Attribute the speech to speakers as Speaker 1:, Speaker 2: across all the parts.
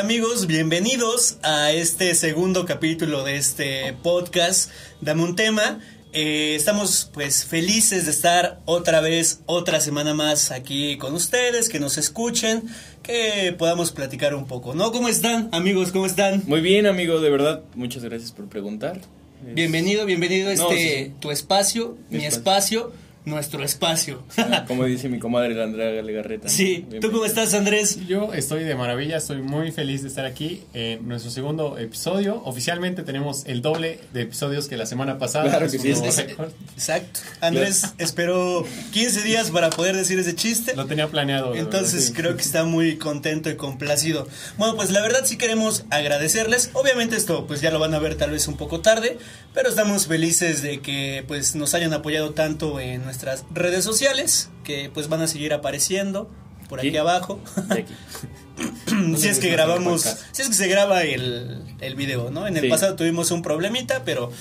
Speaker 1: amigos? Bienvenidos a este segundo capítulo de este podcast, Dame un tema. Eh, estamos pues felices de estar otra vez, otra semana más aquí con ustedes, que nos escuchen, que podamos platicar un poco, ¿no? ¿Cómo están amigos? ¿Cómo están?
Speaker 2: Muy bien, amigo, de verdad, muchas gracias por preguntar. Es-
Speaker 1: Bienvenido, bienvenido a
Speaker 2: No,
Speaker 1: este
Speaker 2: sí, sí.
Speaker 1: tu espacio, mi,
Speaker 2: Mi
Speaker 1: espacio, nuestro espacio.
Speaker 2: Ah, Como dice mi comadre la Andrea Legarreta.
Speaker 1: sí, ¿tú cómo estás Andrés?
Speaker 3: Yo estoy de maravilla, estoy muy feliz de estar aquí en nuestro segundo episodio. Oficialmente tenemos el doble de episodios que la semana pasada.
Speaker 2: Claro que
Speaker 3: un
Speaker 2: sí,
Speaker 3: nuevo
Speaker 1: es-
Speaker 3: récord.
Speaker 1: Exacto. Andrés esperó 15 días para poder decir ese chiste.
Speaker 3: Lo tenía planeado. la
Speaker 1: Entonces
Speaker 3: verdad.
Speaker 1: creo que está muy contento y complacido. Bueno, pues la verdad sí queremos agradecerles. Obviamente esto pues ya lo van a ver tal vez un poco tarde, pero estamos felices de que pues nos hayan apoyado tanto en nuestras redes sociales, que pues van a seguir apareciendo por aquí
Speaker 2: Sí.
Speaker 1: abajo.
Speaker 2: De aquí.
Speaker 1: si es que
Speaker 3: no,
Speaker 1: grabamos,
Speaker 3: podcast.
Speaker 1: si es que se graba el, el video, ¿no? En el
Speaker 2: Sí.
Speaker 1: pasado tuvimos un problemita, pero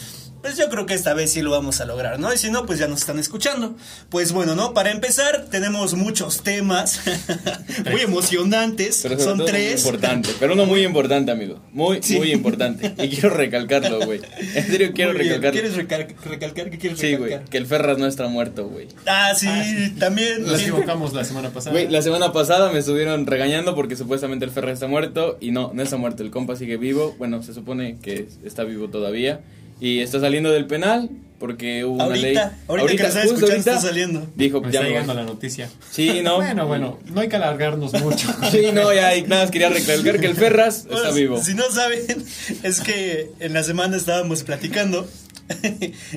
Speaker 1: pues yo creo que esta vez sí lo vamos a lograr, ¿no? Y si no, pues ya nos están escuchando. Pues bueno, ¿no? Para empezar, tenemos muchos temas muy emocionantes.
Speaker 2: Pero sobre
Speaker 1: Son
Speaker 2: todo
Speaker 1: tres.
Speaker 2: Muy importante, pero uno muy importante, amigo. Muy,
Speaker 1: Sí.
Speaker 2: muy importante. Y quiero recalcarlo, güey. En serio, quiero
Speaker 1: Muy bien.
Speaker 2: recalcarlo.
Speaker 1: ¿Quieres recal- recalcar? ¿Qué quieres
Speaker 2: Sí,
Speaker 1: recalcar?
Speaker 2: güey. Que el Ferras no está muerto, güey.
Speaker 1: Ah, sí, también.
Speaker 3: Las
Speaker 1: Sí.
Speaker 3: equivocamos la semana
Speaker 1: Ah.
Speaker 3: pasada.
Speaker 2: Güey, la semana pasada me estuvieron regañando porque supuestamente el Ferra está muerto y no, no está muerto, el compa sigue vivo, bueno, se supone que está vivo todavía y está saliendo del penal porque hubo una
Speaker 1: Ahorita,
Speaker 2: ley.
Speaker 1: ahorita que lo estás
Speaker 2: justo
Speaker 1: escuchando, está saliendo.
Speaker 2: Dijo,
Speaker 3: Me
Speaker 2: ya
Speaker 3: está
Speaker 2: me
Speaker 3: llegando
Speaker 2: voy.
Speaker 3: la noticia.
Speaker 2: Sí, no.
Speaker 3: Bueno, bueno, no hay que alargarnos mucho.
Speaker 2: Sí, no, ya, y nada más quería recalcar que el Ferras
Speaker 1: Bueno,
Speaker 2: está vivo.
Speaker 1: Si no saben, es que en la semana estábamos platicando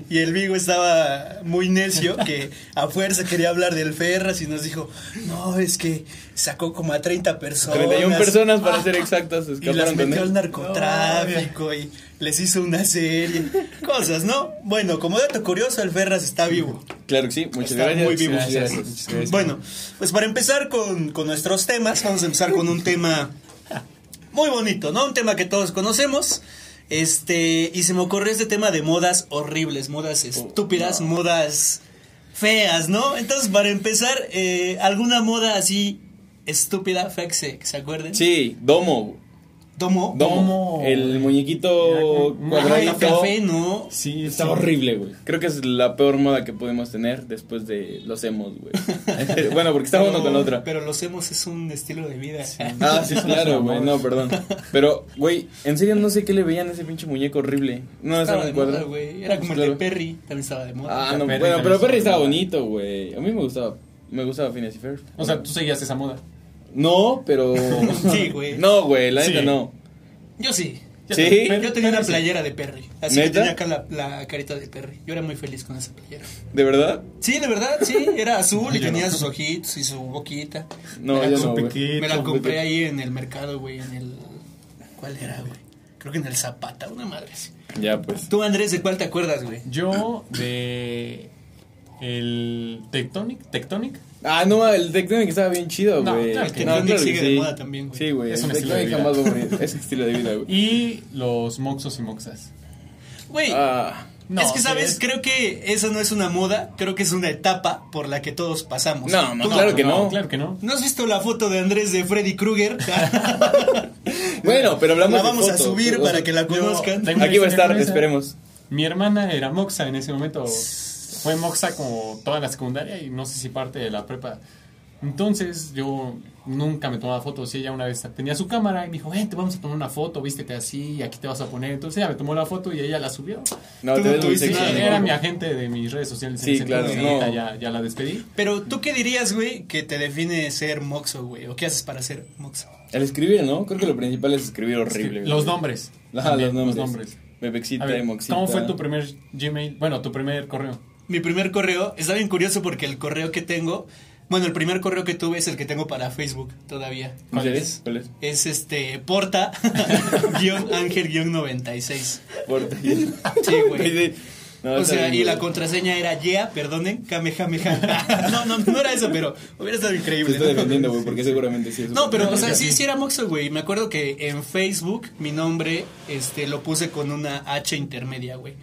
Speaker 1: y el Vigo estaba muy necio que a fuerza quería hablar del Ferras y nos dijo, no, es que sacó como a 30 personas.
Speaker 2: 31 personas para ser exactas
Speaker 1: Y las
Speaker 2: escaparon con
Speaker 1: metió al
Speaker 2: él.
Speaker 1: narcotráfico y les hizo una serie. Cosas, ¿no? Bueno, como dato curioso, el Ferras está vivo.
Speaker 2: Claro que sí, muchas
Speaker 1: Está
Speaker 2: gracias.
Speaker 1: muy vivo.
Speaker 2: muchas gracias.
Speaker 3: Muchas gracias.
Speaker 1: Bueno, pues para empezar con, con nuestros temas, vamos a empezar con un tema muy bonito, ¿no? Un tema que todos conocemos. Este, y se me ocurrió este tema de modas horribles, modas estúpidas,
Speaker 2: Oh, no.
Speaker 1: modas feas, ¿no? Entonces, para empezar, eh, alguna moda así estúpida, fea, que se, que se acuerden.
Speaker 2: Sí, Domo.
Speaker 1: Domo.
Speaker 2: Domo.
Speaker 3: Domo.
Speaker 2: El muñequito
Speaker 1: Ajá,
Speaker 3: Ajá,
Speaker 1: el
Speaker 2: cuadradito.
Speaker 1: café, ¿no?
Speaker 3: Sí,
Speaker 2: Está
Speaker 3: sí.
Speaker 2: horrible, güey. Creo que es la peor moda que pudimos tener después de los emos, güey. bueno, porque está uno con la otra.
Speaker 1: Pero los hemos es un estilo de vida.
Speaker 2: Ah, sí, claro, güey.
Speaker 3: Amor.
Speaker 2: No, perdón. Pero, güey, en serio no sé qué le veían a ese pinche muñeco horrible. No, es
Speaker 1: Estaba de
Speaker 2: un
Speaker 1: moda,
Speaker 2: cuadro.
Speaker 1: güey. Era como el de
Speaker 2: Pues Claro.
Speaker 1: Perry, también estaba de moda.
Speaker 2: Ah, no,
Speaker 3: Perry
Speaker 2: bueno,
Speaker 3: también
Speaker 2: pero
Speaker 3: estaba
Speaker 2: Perry
Speaker 3: de
Speaker 2: estaba
Speaker 3: moda.
Speaker 2: bonito, güey. A mí me gustaba. Me gustaba Phineas y Ferb.
Speaker 3: O sea, tú seguías esa moda.
Speaker 2: No, pero.
Speaker 1: Sí, güey.
Speaker 2: No, güey, la
Speaker 3: Sí.
Speaker 2: neta no.
Speaker 1: Yo sí.
Speaker 3: Ya
Speaker 2: Sí.
Speaker 3: sé,
Speaker 1: Yo tenía una
Speaker 3: sí.
Speaker 1: playera de Perry. Así que
Speaker 2: ¿Neta?
Speaker 1: tenía acá la, la carita de Perry. Yo era muy feliz con esa playera.
Speaker 2: ¿De verdad?
Speaker 1: Sí, de verdad, sí. Era azul y
Speaker 3: Yo
Speaker 1: tenía
Speaker 3: no.
Speaker 1: sus ojitos y su boquita.
Speaker 2: No,
Speaker 1: Me la
Speaker 2: yo
Speaker 1: comp-
Speaker 2: no, güey.
Speaker 3: Piquito.
Speaker 1: Me la compré
Speaker 2: boquita.
Speaker 1: ahí en el mercado, güey. En el. ¿Cuál era, güey? Creo que en el Zapata, una madre. así.
Speaker 2: Ya, pues.
Speaker 1: Tú, Andrés, ¿de cuál te acuerdas, güey?
Speaker 3: Yo de. El Tectonic, Tectonic,
Speaker 2: Ah, no, el Tectonic estaba bien chido,
Speaker 3: No,
Speaker 2: güey.
Speaker 3: claro que
Speaker 2: No,
Speaker 1: Tectonic
Speaker 2: claro que
Speaker 1: sigue de
Speaker 2: sí.
Speaker 1: moda también, güey.
Speaker 2: Sí, güey.
Speaker 3: Es
Speaker 2: Es
Speaker 3: un
Speaker 2: un
Speaker 3: estilo de vida.
Speaker 2: jamás va a morir. Es un estilo de vida, güey.
Speaker 3: y los moxos y moxas.
Speaker 1: Güey.
Speaker 2: Ah,
Speaker 3: No,
Speaker 1: es que,
Speaker 3: sí,
Speaker 1: ¿sabes?
Speaker 3: es-
Speaker 1: Creo que esa no es una moda, creo que es una etapa por la que todos pasamos.
Speaker 2: No, no,
Speaker 1: Tú-
Speaker 2: claro que no.
Speaker 3: Claro que no.
Speaker 1: ¿No has visto la foto de Andrés de Freddy Krueger?
Speaker 2: bueno, pero hablamos
Speaker 1: la
Speaker 2: de
Speaker 1: vamos a
Speaker 2: fotos,
Speaker 1: subir
Speaker 2: o sea,
Speaker 1: para que la conozcan.
Speaker 3: tengo una
Speaker 2: Aquí va a
Speaker 3: historia
Speaker 2: estar,
Speaker 3: con esa.
Speaker 2: esperemos.
Speaker 3: Mi hermana era moxa en ese momento. Fue moxa como toda la secundaria y no sé si parte de la prepa. Entonces yo nunca me tomaba fotos y ella una vez tenía su cámara y me dijo, "Ven, te vamos a tomar una foto, vístete así y aquí te vas a poner. Entonces ella me tomó la foto y ella la subió.
Speaker 2: No,
Speaker 1: Tú
Speaker 2: te
Speaker 1: no
Speaker 2: ves muy
Speaker 1: tuviste
Speaker 3: Sí,
Speaker 2: sexy.
Speaker 1: nada,
Speaker 2: amigo.
Speaker 3: era mi agente de mis redes sociales. en
Speaker 2: Sí,
Speaker 3: ese entonces,
Speaker 2: claro,
Speaker 3: y ahorita
Speaker 2: no.
Speaker 3: ya, ya la despedí.
Speaker 1: Pero tú qué dirías, güey, que te define ser moxo, güey, o qué haces para ser moxo.
Speaker 2: El escribir, ¿no? Creo que lo principal es escribir horrible. güey.
Speaker 3: Los nombres.
Speaker 2: Ajá,
Speaker 3: también,
Speaker 2: los nombres.
Speaker 3: Los nombres.
Speaker 2: Bebexita,
Speaker 3: A ver,
Speaker 2: Moxita.
Speaker 3: ¿Cómo fue tu primer Gmail? Bueno, tu primer correo.
Speaker 1: Mi primer correo, está bien curioso porque el correo que tengo, bueno, el primer correo que tuve es el que tengo para Facebook todavía.
Speaker 2: ¿Cuál
Speaker 3: ¿Cuál
Speaker 2: es?
Speaker 3: es?
Speaker 2: ¿Cuál es?
Speaker 1: Es este porta ángel 96.
Speaker 2: Por-
Speaker 1: Sí, güey.
Speaker 2: No,
Speaker 1: O
Speaker 2: está
Speaker 1: sea,
Speaker 2: bien,
Speaker 1: y la
Speaker 2: güey.
Speaker 1: contraseña era yeah, perdonen, kamehameha. No, no, no era eso, pero hubiera estado
Speaker 2: Te
Speaker 1: increíble.
Speaker 2: estoy
Speaker 1: ¿no?
Speaker 2: defendiendo, güey, porque seguramente sí es.
Speaker 1: No, pero, o sea, sí, sí era Moxo, güey. Me acuerdo que en Facebook mi nombre este, lo puse con una H intermedia, güey.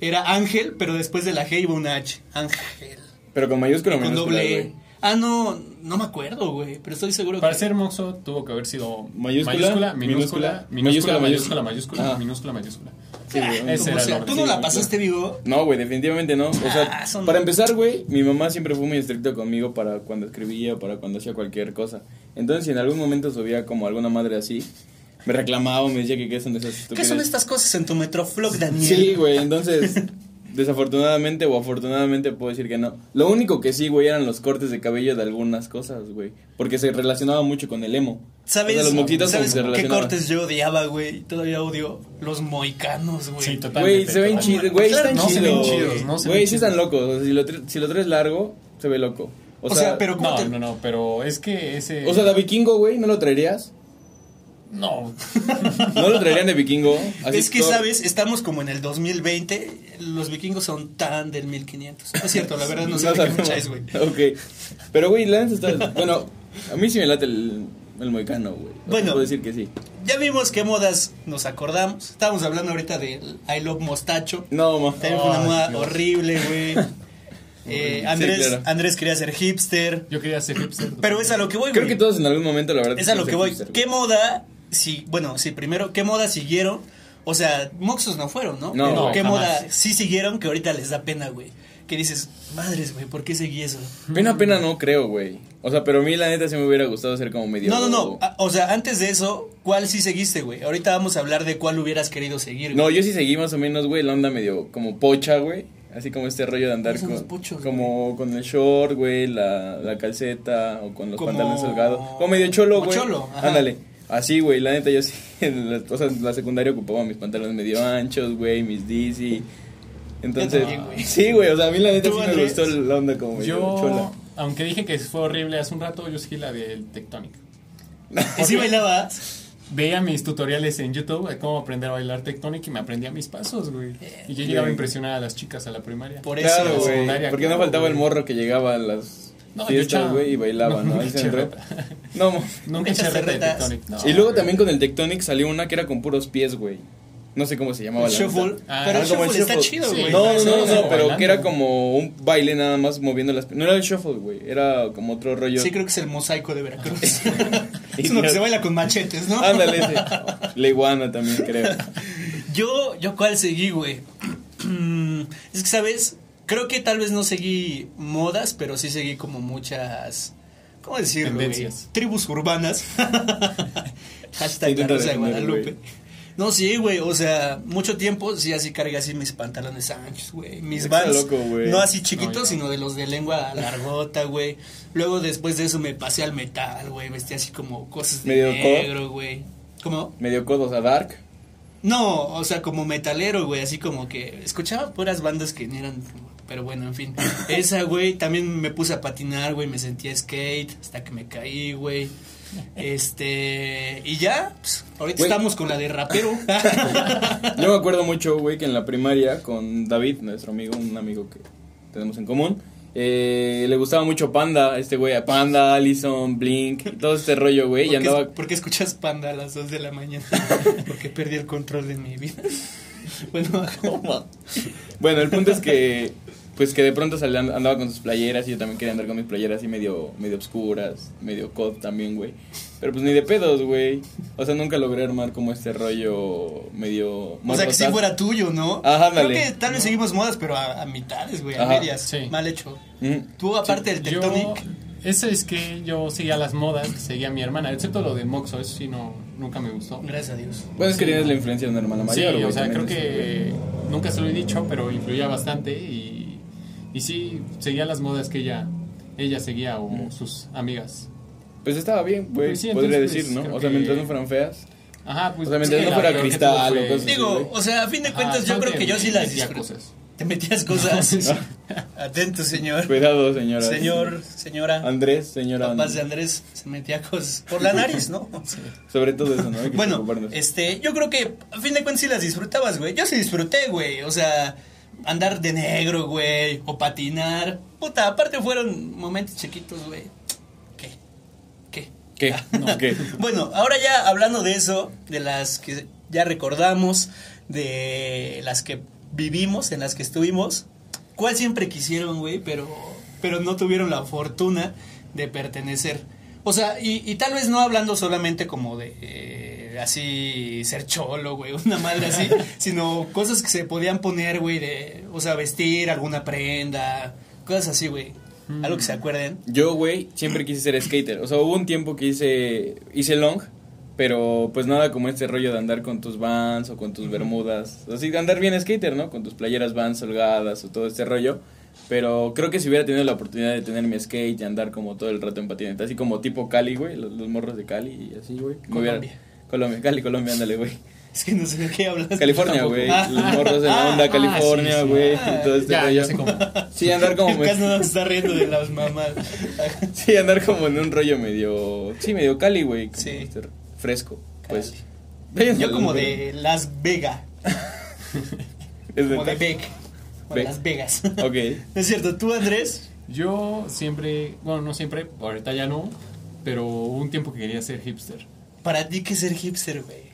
Speaker 1: Era Ángel, pero después de la G iba una H. Ángel.
Speaker 2: Pero con mayúscula o
Speaker 1: Con
Speaker 2: minúscula,
Speaker 1: doble
Speaker 2: güey.
Speaker 1: E. Ah, no, no me acuerdo, güey, pero estoy seguro
Speaker 3: Para
Speaker 1: que...
Speaker 3: ser moxo tuvo que haber sido
Speaker 2: Mayúscula,
Speaker 3: mayúscula, minúscula,
Speaker 2: minúscula, mayúscula,
Speaker 3: minúscula, mayúscula, mayúscula,
Speaker 2: Ah.
Speaker 3: minúscula, mayúscula.
Speaker 2: Sí, güey.
Speaker 1: Ah,
Speaker 3: ese
Speaker 1: como
Speaker 3: era el
Speaker 1: sea,
Speaker 3: orden,
Speaker 1: ¿Tú no
Speaker 3: sí,
Speaker 1: la
Speaker 3: claro.
Speaker 1: pasaste vivo?
Speaker 2: No, güey, definitivamente no. O sea,
Speaker 1: Ah, son-
Speaker 2: para empezar, güey, mi mamá siempre fue muy estricta conmigo para cuando escribía, para cuando hacía cualquier cosa. Entonces, si en algún momento subía como alguna madre así, me reclamaba, me decía que qué son esas
Speaker 1: ¿Qué
Speaker 2: estupideces.
Speaker 1: son estas cosas en tu Metroflog, Daniel?
Speaker 2: Sí, güey, entonces, desafortunadamente o afortunadamente puedo decir que no. Lo único que sí, güey, eran los cortes de cabello de algunas cosas, güey, porque se relacionaba mucho con el emo.
Speaker 1: ¿Sabes,
Speaker 2: O sea, los moquitos como que
Speaker 1: ¿sabes
Speaker 2: se
Speaker 1: qué
Speaker 2: relacionaban.
Speaker 1: cortes yo odiaba, güey? Todavía odio los moicanos, güey.
Speaker 3: Sí, total.
Speaker 2: Güey, se ven
Speaker 3: Claro,
Speaker 2: chidos, güey,
Speaker 1: Ah, claro,
Speaker 2: están
Speaker 1: no se ven
Speaker 2: chidos.
Speaker 3: chidos, no se
Speaker 2: Güey,
Speaker 3: ven
Speaker 2: sí están
Speaker 3: chidos.
Speaker 2: locos, o sea, si lo, tra- si lo traes largo, se ve loco.
Speaker 1: O sea, pero- ¿cómo
Speaker 3: No,
Speaker 1: te-
Speaker 3: no, no, pero es que ese...
Speaker 2: O sea, de vikingo, güey, ¿no lo traerías?
Speaker 3: No,
Speaker 2: No lo traerían de vikingo. Así
Speaker 1: es que,
Speaker 2: todo-
Speaker 1: ¿sabes? Estamos como en el 2020. Los vikingos son tan del 1500. No es cierto, la verdad no sé de qué
Speaker 2: sabemos.
Speaker 1: lucha es, güey.
Speaker 2: Ok. Pero, güey, la neta está. Bueno, a mí sí me late el, el moicano, güey. O sea,
Speaker 1: Bueno.
Speaker 2: Puedo decir que sí.
Speaker 1: Ya vimos qué modas nos acordamos. Estábamos hablando ahorita de I Love Mostacho.
Speaker 2: No, ma.
Speaker 1: También fue una
Speaker 3: Ay,
Speaker 1: moda
Speaker 3: Dios.
Speaker 1: horrible, güey. Eh,
Speaker 2: Sí,
Speaker 1: Andrés,
Speaker 2: claro.
Speaker 1: Andrés quería ser hipster.
Speaker 3: yo quería ser hipster.
Speaker 1: Pero es a lo que voy,
Speaker 2: Creo
Speaker 1: güey.
Speaker 2: que todos en algún momento, la verdad.
Speaker 1: Es a lo
Speaker 2: se
Speaker 1: que voy.
Speaker 2: hipster,
Speaker 1: ¿Qué moda, si, bueno, sí, primero, qué moda siguieron? O sea, moxos no fueron, ¿no?
Speaker 2: No,
Speaker 1: Pero
Speaker 2: no,
Speaker 1: ¿Qué
Speaker 3: jamás.
Speaker 1: moda sí siguieron que ahorita les da pena, güey? Que dices, madres, güey, ¿por qué seguí eso?
Speaker 2: güey. Pena, pena no creo, güey. O sea, pero a mí la neta sí me hubiera gustado ser como medio.
Speaker 1: No, no, Ah, no. a- O sea, antes de eso, ¿cuál sí seguiste, güey? Ahorita vamos a hablar de cuál hubieras querido seguir.
Speaker 2: No,
Speaker 1: güey.
Speaker 2: yo sí seguí más o menos, güey, la onda medio como pocha, güey. Así como este rollo de andar
Speaker 1: ¿Cuáles son
Speaker 2: con,
Speaker 1: los pochos,
Speaker 2: como con el short, güey, la, la calceta o con los
Speaker 1: Como-
Speaker 2: pantalones holgados. Como medio cholo,
Speaker 1: como
Speaker 2: güey.
Speaker 1: cholo, ajá.
Speaker 2: Ándale. Así, güey, la neta yo sí, en la, o sea, en la secundaria ocupaba mis pantalones medio anchos, güey, mis DC. Entonces,
Speaker 1: también, güey.
Speaker 2: sí, güey, o sea, a mí la neta
Speaker 1: ¿Tú,
Speaker 2: sí me
Speaker 1: Andrés?
Speaker 2: gustó la onda como medio chola.
Speaker 3: Yo, aunque dije que fue horrible hace un rato, yo seguí la del Tectonic.
Speaker 1: ¿Y si
Speaker 3: Ok.
Speaker 1: bailabas?
Speaker 3: Veía mis tutoriales en YouTube de cómo aprender a bailar Tectonic y me aprendía mis pasos, güey. Y yo llegaba a
Speaker 2: Bien.
Speaker 3: impresionar a las chicas a la primaria.
Speaker 1: Eh, Por eso.
Speaker 2: Claro, güey,
Speaker 3: secundaria,
Speaker 2: porque no
Speaker 3: claro,
Speaker 2: faltaba el
Speaker 3: güey.
Speaker 2: morro que llegaba a las
Speaker 3: No, yo
Speaker 2: fiestas,
Speaker 3: echaba-
Speaker 2: güey, y bailaba, ¿no?
Speaker 3: no,
Speaker 2: Ahí se
Speaker 3: eché
Speaker 2: entró.
Speaker 3: reta.
Speaker 2: No, mo-
Speaker 3: Nunca
Speaker 1: Echaste
Speaker 3: eché reta de
Speaker 1: retas.
Speaker 3: Tectonic. no,
Speaker 2: y luego
Speaker 3: güey.
Speaker 2: también con el Tectonic salió una que era con puros pies, güey. No sé cómo se llamaba. la neta.
Speaker 1: Shuffle.
Speaker 3: Ah,
Speaker 1: pero el
Speaker 2: como
Speaker 1: shuffle
Speaker 2: el
Speaker 1: está
Speaker 2: shuffle.
Speaker 1: chido,
Speaker 3: Sí.
Speaker 1: güey.
Speaker 2: No, no,
Speaker 3: Eso
Speaker 2: no,
Speaker 3: era
Speaker 2: no,
Speaker 3: como
Speaker 2: pero que era
Speaker 3: bailando.
Speaker 2: como un baile nada más moviendo las No era el shuffle, güey. Era como otro rollo.
Speaker 1: Sí, creo que es el mosaico de Veracruz. es uno que se baila con machetes, ¿no?
Speaker 2: Ándale, ese. La iguana también, creo.
Speaker 1: Yo, yo cuál seguí, güey. Mm, es que, ¿sabes? Creo que tal vez no seguí modas, pero sí seguí como muchas. ¿Cómo decirlo? güey?
Speaker 3: Tendencias.
Speaker 1: Tribus urbanas. Hashtag la
Speaker 2: Intenta
Speaker 1: Rosa de
Speaker 2: defender,
Speaker 1: Guadalupe.
Speaker 2: güey.
Speaker 1: No, sí, güey. O sea, mucho tiempo sí así cargué así mis pantalones anchos, güey. Mis
Speaker 2: Está
Speaker 1: vans.
Speaker 2: loco, güey.
Speaker 1: No así chiquitos,
Speaker 3: No, ya.
Speaker 1: sino de los de lengua largota, güey. Luego después de eso me pasé al metal, güey. Vestí así como cosas de
Speaker 2: Medio core.
Speaker 1: negro, güey. ¿Cómo?
Speaker 2: Medio codos a Dark.
Speaker 1: No, o sea, como metalero, güey, así como que escuchaba puras bandas que ni eran, pero bueno, en fin. Esa, güey, también me puse a patinar, güey, me sentía skate hasta que me caí, güey. Este, y ya, pues, ahorita
Speaker 2: Güey.
Speaker 1: estamos con la de rapero.
Speaker 2: Yo me acuerdo mucho, güey, que en la primaria con David, nuestro amigo, un amigo que tenemos en común, eh, le gustaba mucho Panda, este güey, a Panda, Allison, Blink, todo este rollo, güey, y
Speaker 1: porque,
Speaker 2: andaba
Speaker 1: porque escuchas panda a las 2 de la mañana, porque perdí el control de mi vida. Bueno,
Speaker 2: Bueno, el punto es que pues que de pronto salía- andaba con sus playeras y yo también quería andar con mis playeras así medio medio obscuras, medio cod también, güey. Pero pues ni de pedos, güey. O sea, nunca logré armar como este rollo medio
Speaker 1: o sea, que sí
Speaker 2: morbosa.
Speaker 1: fuera tuyo, ¿no?
Speaker 2: Ajá,
Speaker 1: Creo
Speaker 2: ándale.
Speaker 1: que tal vez seguimos modas, pero a, a mitades, güey, a
Speaker 2: Ajá.
Speaker 1: medias.
Speaker 3: Sí.
Speaker 1: Mal hecho.
Speaker 2: Ujú.
Speaker 1: Tú, aparte del
Speaker 3: Yo-
Speaker 1: Tectonic.
Speaker 3: Eso es que yo seguía las modas que seguía mi hermana, excepto lo de Moxo, eso sí no, nunca me gustó.
Speaker 1: Gracias a Dios.
Speaker 2: Bueno, Pues, es que tienes la influencia de una hermana
Speaker 3: Sí,
Speaker 2: mayor, güey.
Speaker 3: o sea, creo
Speaker 2: también es-
Speaker 3: que nunca se lo he dicho, pero influía bastante y, y sí, seguía las modas que ella, ella seguía o
Speaker 2: Mm.
Speaker 3: sus amigas.
Speaker 2: Pues estaba bien, güey,
Speaker 3: Pues sí,
Speaker 2: podría
Speaker 3: entonces,
Speaker 2: decir,
Speaker 3: pues,
Speaker 2: ¿no? O
Speaker 3: creo
Speaker 2: sea, mientras
Speaker 3: que-
Speaker 2: no fueran feas.
Speaker 3: Ajá, pues...
Speaker 2: O sea, mientras
Speaker 3: sí,
Speaker 2: no
Speaker 3: la-
Speaker 2: fuera
Speaker 3: lo que tuvo
Speaker 2: cristal
Speaker 3: fue- Ah,
Speaker 2: o cosas así.
Speaker 1: Digo, o sea, a fin de
Speaker 2: Ah,
Speaker 3: Ajá,
Speaker 1: cuentas yo
Speaker 3: aparte
Speaker 1: creo que yo sí las
Speaker 3: metía
Speaker 1: disfruté.
Speaker 3: cosas.
Speaker 1: Te metías cosas.
Speaker 3: Sí.
Speaker 1: Atento, señor.
Speaker 2: Cuidado, Pues, señora.
Speaker 1: Señor, señora.
Speaker 2: Andrés, señora.
Speaker 1: Papás de
Speaker 2: Andrés.
Speaker 1: Andrés se metía cosas por la nariz, ¿no?
Speaker 2: Sobre todo eso, ¿no? Hay que
Speaker 1: Bueno,
Speaker 2: preocuparnos.
Speaker 1: este, yo creo que a fin de cuentas sí las disfrutabas, güey. Yo sí disfruté, güey. O sea, andar de negro, güey, o patinar. Puta, aparte fueron momentos chiquitos, güey. ¿Qué? ¿Qué?
Speaker 2: ¿Qué? ¿Qué?
Speaker 1: Bueno, ahora ya hablando de eso, de las que ya recordamos, de las que vivimos, en las que estuvimos, ¿cuál siempre quisieron, güey? Pero, pero no tuvieron la fortuna de pertenecer. O sea, y, y tal vez no hablando solamente como de eh, así ser cholo, güey, una madre así, sino cosas que se podían poner, güey, de, o sea, vestir alguna prenda, cosas así, güey.
Speaker 2: Mm.
Speaker 1: Algo que se acuerden.
Speaker 2: Yo, güey, siempre quise ser skater. O sea, hubo un tiempo que hice, hice long, pero pues nada como este rollo de andar con tus vans o con tus bermudas. Así de andar bien skater, ¿no? Con tus playeras vans holgadas o todo este rollo. Pero creo que si hubiera tenido la oportunidad de tener mi skate y andar como todo el rato en patineta, así como tipo Cali, güey, los, los morros de Cali y así, güey. me hubiera-
Speaker 1: Colombia.
Speaker 2: Colombia, Cali, Colombia, ándale, güey.
Speaker 1: Es que no sé de qué hablas.
Speaker 2: California,
Speaker 1: Tampoco.
Speaker 2: güey.
Speaker 1: Ah,
Speaker 2: Los morros en la onda
Speaker 3: ah, sí,
Speaker 2: California,
Speaker 3: sí.
Speaker 2: güey.
Speaker 1: Ah,
Speaker 2: y todo este
Speaker 3: Ya,
Speaker 2: rollo.
Speaker 3: ya sé cómo.
Speaker 2: Sí, andar como...
Speaker 1: El Cas no se está riendo de las mamás.
Speaker 2: Sí, andar como en un rollo medio. Sí, medio Cali, güey. como
Speaker 1: Sí.
Speaker 2: este Fresco, pues.
Speaker 1: Cali.
Speaker 2: Vayan
Speaker 1: Yo
Speaker 2: al-
Speaker 1: como de Las Vegas,
Speaker 2: Es de-
Speaker 1: como de Beck, o
Speaker 2: Beck.
Speaker 1: Las Vegas.
Speaker 2: Ok.
Speaker 1: No es cierto, tú Andrés,
Speaker 3: Yo siempre, bueno, no siempre, ahorita ya no, pero hubo un tiempo que quería ser hipster.
Speaker 1: para ti que ser hipster, güey.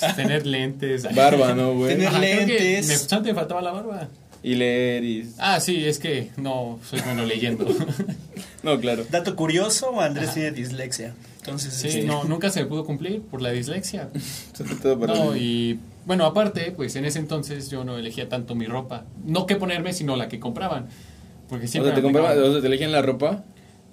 Speaker 3: Pues, tener lentes.
Speaker 2: Barba, ¿no, güey?
Speaker 1: Tener-
Speaker 3: Ajá, creo que
Speaker 1: lentes.
Speaker 3: Me, antes me faltaba la barba.
Speaker 2: Y leer y.
Speaker 3: Ah, sí, es que no soy bueno leyendo.
Speaker 2: No, claro.
Speaker 1: Dato curioso, Andrés tiene dislexia. Entonces,
Speaker 3: Sí,
Speaker 1: este,
Speaker 3: no, nunca se pudo cumplir por la dislexia.
Speaker 2: Sobre todo para.
Speaker 3: No,
Speaker 2: mí.
Speaker 3: y bueno, aparte, pues en ese entonces yo no elegía tanto mi ropa. No que ponerme, sino la que compraban. Porque
Speaker 2: O
Speaker 3: siempre.
Speaker 2: sea, te
Speaker 3: me
Speaker 2: compraba,
Speaker 3: aplicaban-
Speaker 2: o sea, te elegían la ropa.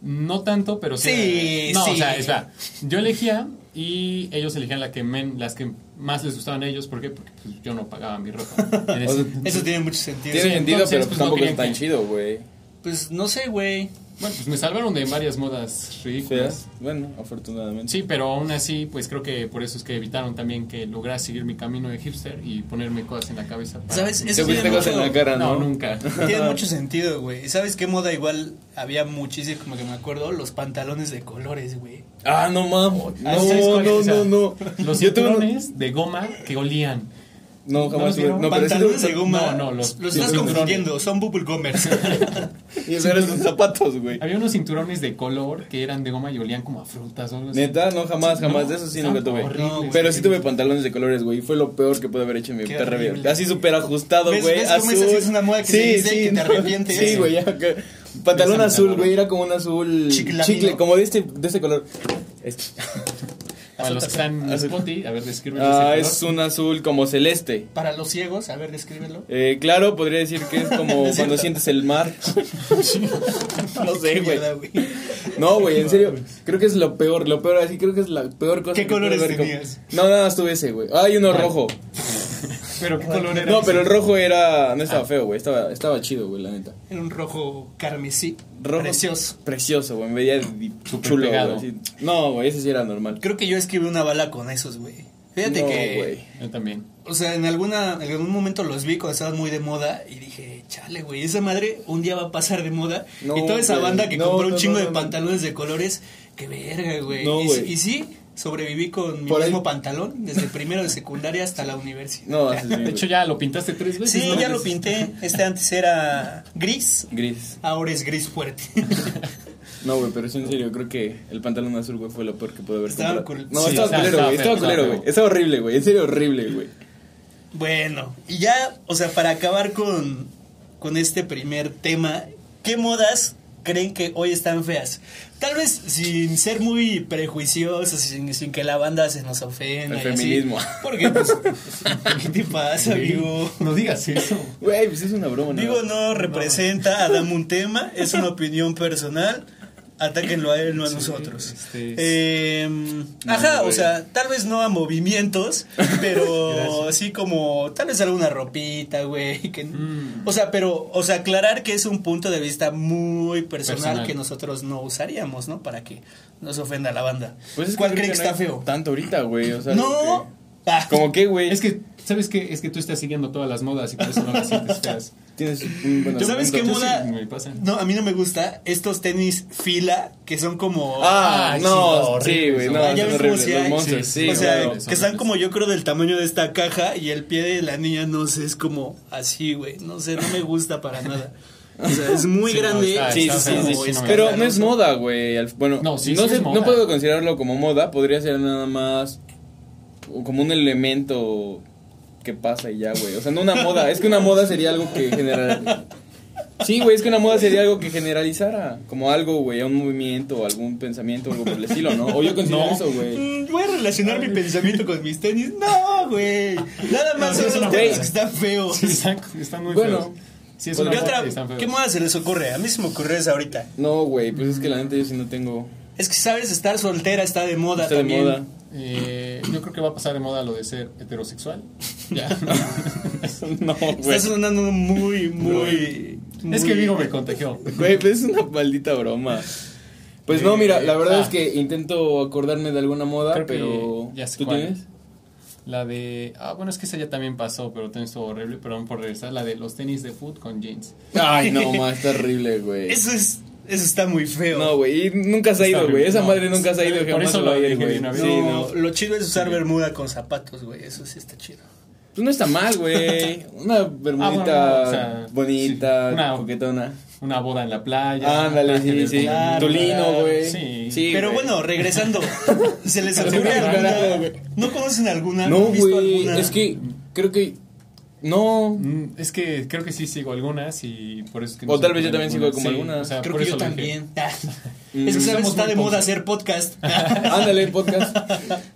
Speaker 3: No tanto, pero sí.
Speaker 1: Sí,
Speaker 3: no,
Speaker 1: sí.
Speaker 3: o sea, espera. Yo elegía y ellos elegían la que men- las que más les gustaban a ellos. ¿Por qué? Porque pues, yo no pagaba mi ropa. En ese-
Speaker 2: O sea,
Speaker 1: Eso tiene mucho sentido.
Speaker 2: Tiene sentido,
Speaker 3: entonces,
Speaker 2: pero
Speaker 3: pues,
Speaker 2: pues,
Speaker 3: no
Speaker 2: tampoco es
Speaker 3: querían
Speaker 2: tan
Speaker 3: que-
Speaker 2: chido, güey.
Speaker 1: Pues no sé, güey.
Speaker 3: bueno, pues me salvaron de varias modas ridículas.
Speaker 2: Feas. Bueno, afortunadamente.
Speaker 3: Sí, pero aún así, pues creo que por eso es que evitaron también que lograra seguir mi camino de hipster y ponerme cosas en la cabeza. para-
Speaker 1: ¿Sabes?
Speaker 2: Te
Speaker 1: Eso
Speaker 2: pusiste
Speaker 1: tiene
Speaker 2: cosas en
Speaker 1: mucho-
Speaker 2: la cara, ¿no? Ah,
Speaker 3: No, nunca.
Speaker 1: Tiene mucho sentido, güey. ¿Sabes qué moda igual había muchísimo, como que me acuerdo? Los pantalones de colores, güey.
Speaker 2: Ah, no mames.
Speaker 3: Ah, ¿sabes
Speaker 2: No,
Speaker 3: cuál es
Speaker 2: no,
Speaker 3: esa?
Speaker 2: no, no.
Speaker 3: Los
Speaker 2: Yo tuve uno-
Speaker 3: cinturones de goma que olían.
Speaker 2: No,
Speaker 3: ¿No
Speaker 2: jamás
Speaker 3: los
Speaker 2: tuve.
Speaker 3: vieron?
Speaker 2: No, pero sí
Speaker 1: pantalones
Speaker 2: tuve-
Speaker 1: de goma.
Speaker 3: No, no, los-
Speaker 1: los estás
Speaker 3: los
Speaker 1: confundiendo, son bubblegomers.
Speaker 2: Y eso eran sus zapatos, güey.
Speaker 3: Había unos cinturones de color que eran de goma y olían como a frutas o algo así.
Speaker 2: Neta, no, jamás, jamás.
Speaker 3: No,
Speaker 2: de eso sí
Speaker 3: están
Speaker 2: nunca tuve.
Speaker 3: horribles.
Speaker 1: No, güey.
Speaker 2: Pero sí tuve pantalones de colores, güey. Fue lo peor que pude haber hecho en mi
Speaker 1: Qué
Speaker 2: perra vida.
Speaker 1: horrible.
Speaker 2: Así súper ajustado,
Speaker 1: ¿Ves-
Speaker 2: güey.
Speaker 1: ves cómo esa sí es una moda que se dice y que te arrepientes?
Speaker 2: Sí, güey. ya que- Pantalón
Speaker 3: Esa me
Speaker 2: azul,
Speaker 3: acuerdo.
Speaker 2: güey. Era como un azul.
Speaker 1: Chiclamino.
Speaker 2: Chicle, como de este, de este color. Este.
Speaker 3: Para los que están en
Speaker 2: Azul.
Speaker 3: Spotify, a ver, describe
Speaker 2: Ah, es un azul como celeste.
Speaker 1: Para los ciegos, a ver, descríbelo.
Speaker 2: Eh, claro, podría decir que es como
Speaker 1: Es
Speaker 2: cuando
Speaker 1: cierto.
Speaker 2: sientes el mar. no sé, güey.
Speaker 1: Mierda, güey.
Speaker 2: No, güey, en serio. Creo que es lo peor, lo peor. Así creo que es la peor cosa.
Speaker 1: ¿Qué
Speaker 2: que pude
Speaker 1: colores
Speaker 2: haber com-
Speaker 1: tenías?
Speaker 2: No, nada más tuve ese, güey. Ah, y uno
Speaker 3: ¿Cuál?
Speaker 2: rojo.
Speaker 3: Pero qué color era.
Speaker 2: No, pero el rojo era. No estaba feo, güey. Estaba, estaba chido, güey, la neta.
Speaker 1: Era un rojo carmesí.
Speaker 2: Rojo.
Speaker 1: Precioso.
Speaker 2: Precioso, güey. Me veía di-
Speaker 3: Súper
Speaker 2: chulo, güey.
Speaker 3: pegado.
Speaker 2: así. No, güey, ese sí era normal.
Speaker 1: Creo que yo escribí una bala con esos, güey. Fíjate
Speaker 2: No,
Speaker 1: que.
Speaker 2: güey.
Speaker 3: Yo también.
Speaker 1: O sea, en alguna, en algún momento los vi cuando estaban muy de moda y dije, chale, güey, esa madre un día va a pasar de moda.
Speaker 2: No,
Speaker 1: y toda esa
Speaker 2: güey,
Speaker 1: banda que
Speaker 2: no,
Speaker 1: compró
Speaker 2: no,
Speaker 1: un chingo
Speaker 2: no,
Speaker 1: de
Speaker 2: no, no.
Speaker 1: pantalones de colores, qué verga, güey.
Speaker 2: No,
Speaker 1: y, sí-
Speaker 2: güey.
Speaker 1: y sí, sobreviví con mi
Speaker 2: Por ahí-
Speaker 1: mismo pantalón desde primero de secundaria hasta la universidad.
Speaker 2: No, ese sí,
Speaker 3: De hecho,
Speaker 2: güey.
Speaker 3: ya lo pintaste tres veces.
Speaker 1: Sí,
Speaker 3: ¿no?
Speaker 1: ya lo pinté. Este antes era gris,
Speaker 2: Gris.
Speaker 1: ahora es gris fuerte.
Speaker 2: No, güey, pero sí, en serio, creo que el pantalón azul, güey, fue lo peor que pude haber
Speaker 1: Estaba
Speaker 2: comprado.
Speaker 1: cul-
Speaker 2: No,
Speaker 1: sí,
Speaker 2: estaba
Speaker 3: o sea,
Speaker 2: culero,
Speaker 3: estaba
Speaker 2: güey.
Speaker 3: feo,
Speaker 2: Estaba culero,
Speaker 3: estaba
Speaker 2: güey.
Speaker 3: feo.
Speaker 2: Estaba horrible, güey. En serio, horrible, güey.
Speaker 1: bueno, y ya, o sea, para acabar con, con este primer tema, ¿qué modas creen que hoy están feas? Tal vez sin ser muy prejuiciosos, sin, sin que la banda se nos ofenda.
Speaker 2: El
Speaker 1: y así.
Speaker 2: feminismo.
Speaker 1: porque, pues, ¿qué te pasa, amigo?
Speaker 3: No digas eso.
Speaker 2: Güey, pues es una broma, ¿no?
Speaker 1: Digo, no representa a Dame un tema, es una opinión personal. Atáquenlo a él, no a nosotros.
Speaker 3: este es-
Speaker 1: Em, ajá, o
Speaker 2: güey.
Speaker 1: sea, tal vez no a movimientos, pero sí como, tal vez alguna ropita, güey. que-
Speaker 3: Mm.
Speaker 1: O sea, pero, o sea, aclarar que es un punto de vista muy personal,
Speaker 3: Personal.
Speaker 1: que nosotros no usaríamos, ¿no? Para que nos ofenda la banda.
Speaker 2: Pues es
Speaker 1: ¿Cuál
Speaker 2: creo
Speaker 1: creen que
Speaker 2: no
Speaker 1: está
Speaker 2: hay
Speaker 1: feo?
Speaker 2: Tanto ahorita, güey. O sea,
Speaker 1: No. Ah,
Speaker 2: Como que, güey.
Speaker 3: Es que, ¿sabes qué? Es que tú estás siguiendo todas las modas y por eso no las sientes feas.
Speaker 2: Tienes un buen
Speaker 1: ¿Sabes qué
Speaker 2: argumento.
Speaker 3: Yo
Speaker 1: moda?
Speaker 3: sí, me pasa.
Speaker 1: Ah, No, a mí no me gusta estos tenis fila que son como...
Speaker 2: Ah,
Speaker 3: Ay, sí,
Speaker 2: no, sí,
Speaker 3: horrible,
Speaker 2: güey, no,
Speaker 1: Ah, ya ves
Speaker 2: son
Speaker 1: cómo
Speaker 2: horribles,
Speaker 1: sí
Speaker 2: los
Speaker 1: hay,
Speaker 2: monstruos,
Speaker 3: sí,
Speaker 2: sí,
Speaker 1: o sea,
Speaker 2: güey.
Speaker 3: claro.
Speaker 1: que están como yo creo del tamaño de esta caja y el pie de la niña no sé, es como así, güey. No sé, no me gusta para nada. O sea, es muy
Speaker 3: Sí, no,
Speaker 1: grande.
Speaker 3: está-
Speaker 2: Sí,
Speaker 3: Ah, está
Speaker 2: sí,
Speaker 3: feo,
Speaker 2: sí,
Speaker 3: sí,
Speaker 2: sí,
Speaker 3: no me
Speaker 2: pero
Speaker 3: gusta,
Speaker 2: no es moda, güey. al- Bueno, no,
Speaker 3: No, sí, sí
Speaker 2: sé-
Speaker 3: es moda.
Speaker 2: no puedo considerarlo como moda, podría ser nada más o como un elemento que pasa y ya, güey. O sea, no una moda, es que una moda sería algo que general Sí, güey, es que una moda sería algo que generalizara. Como algo, güey, a un movimiento, o algún pensamiento, o algo por el estilo, ¿no? O yo considero
Speaker 3: No.
Speaker 2: eso, güey.
Speaker 1: Mm, Voy a relacionar mi pensamiento con mis tenis. No, güey. Nada más
Speaker 3: No, sí es
Speaker 1: son
Speaker 3: una
Speaker 1: los tenis
Speaker 2: moda.
Speaker 1: que están feos.
Speaker 3: Sí, están, están muy
Speaker 2: Bueno.
Speaker 3: feos. Sí, es
Speaker 1: ¿Qué,
Speaker 3: una moda
Speaker 1: otra-
Speaker 3: y están feos.
Speaker 1: ¿Qué moda se les ocurre? A mí se me ocurrió esa ahorita.
Speaker 2: No, güey, pues es que la neta yo sí no tengo.
Speaker 1: Es que, ¿sabes? Estar soltera está de moda
Speaker 2: Está de
Speaker 1: también.
Speaker 2: moda.
Speaker 3: Eh, yo creo que va a pasar de moda lo de ser heterosexual. Ya.
Speaker 2: No,
Speaker 1: Está
Speaker 2: güey.
Speaker 1: sonando muy, muy...
Speaker 3: es que
Speaker 1: muy-
Speaker 3: Vigo me contagió.
Speaker 2: Güey, pues es una maldita broma. Pues no, mira, la verdad es que intento acordarme de alguna moda,
Speaker 3: Ah. Creo que
Speaker 2: pero.
Speaker 3: ya sé
Speaker 2: ¿Tú
Speaker 3: cuál.
Speaker 2: tienes?
Speaker 3: La de. Ah, bueno, es que esa ya también pasó, pero tenis estuvo horrible. Perdón por regresar. La de los tenis de foot con jeans.
Speaker 2: Ay, no, más terrible, güey.
Speaker 1: Eso es... Eso está muy feo.
Speaker 2: No, güey, y nunca se ha
Speaker 3: Está
Speaker 2: ido, güey.
Speaker 3: horrible,
Speaker 2: Esa
Speaker 3: no.
Speaker 2: madre nunca se ha ido,
Speaker 3: Por
Speaker 2: jamás
Speaker 3: eso
Speaker 2: se va a
Speaker 3: lo
Speaker 2: ir,
Speaker 3: dije de
Speaker 2: güey.
Speaker 3: una vez.
Speaker 2: Sí,
Speaker 1: No,
Speaker 2: no.
Speaker 1: lo chido es usar bermuda con zapatos, güey. Eso sí está chido.
Speaker 2: Pues no está mal, güey. Una bermudita
Speaker 3: Ah, bueno, no, o sea,
Speaker 2: bonita,
Speaker 3: sí. Una-
Speaker 2: coquetona.
Speaker 3: Una boda en la playa.
Speaker 2: Ándale, sí,
Speaker 3: ángeles
Speaker 2: sí.
Speaker 3: volando.
Speaker 2: Tulino, güey.
Speaker 3: Sí.
Speaker 1: Pero
Speaker 2: güey.
Speaker 1: bueno, regresando. ¿Se les
Speaker 2: Pero
Speaker 1: ocurre
Speaker 2: bueno,
Speaker 1: alguna?
Speaker 2: claro, güey.
Speaker 1: ¿No conocen alguna?
Speaker 2: No,
Speaker 1: han visto
Speaker 2: güey.
Speaker 1: alguna?
Speaker 2: Es que creo que. No.
Speaker 3: Mm, Es que creo que sí sigo algunas y por eso es que
Speaker 2: O tal
Speaker 3: sé
Speaker 2: vez yo
Speaker 3: qué
Speaker 2: también sigo
Speaker 3: algunas.
Speaker 2: como algunas.
Speaker 3: o sea,
Speaker 1: Creo
Speaker 3: por
Speaker 1: que yo
Speaker 3: eso lo dije.
Speaker 1: también. Ah,
Speaker 2: Mm.
Speaker 1: Es que sabes,
Speaker 3: Somos
Speaker 1: está
Speaker 3: muy
Speaker 1: de moda
Speaker 3: pocos.
Speaker 1: hacer podcast.
Speaker 2: Ándale, podcast.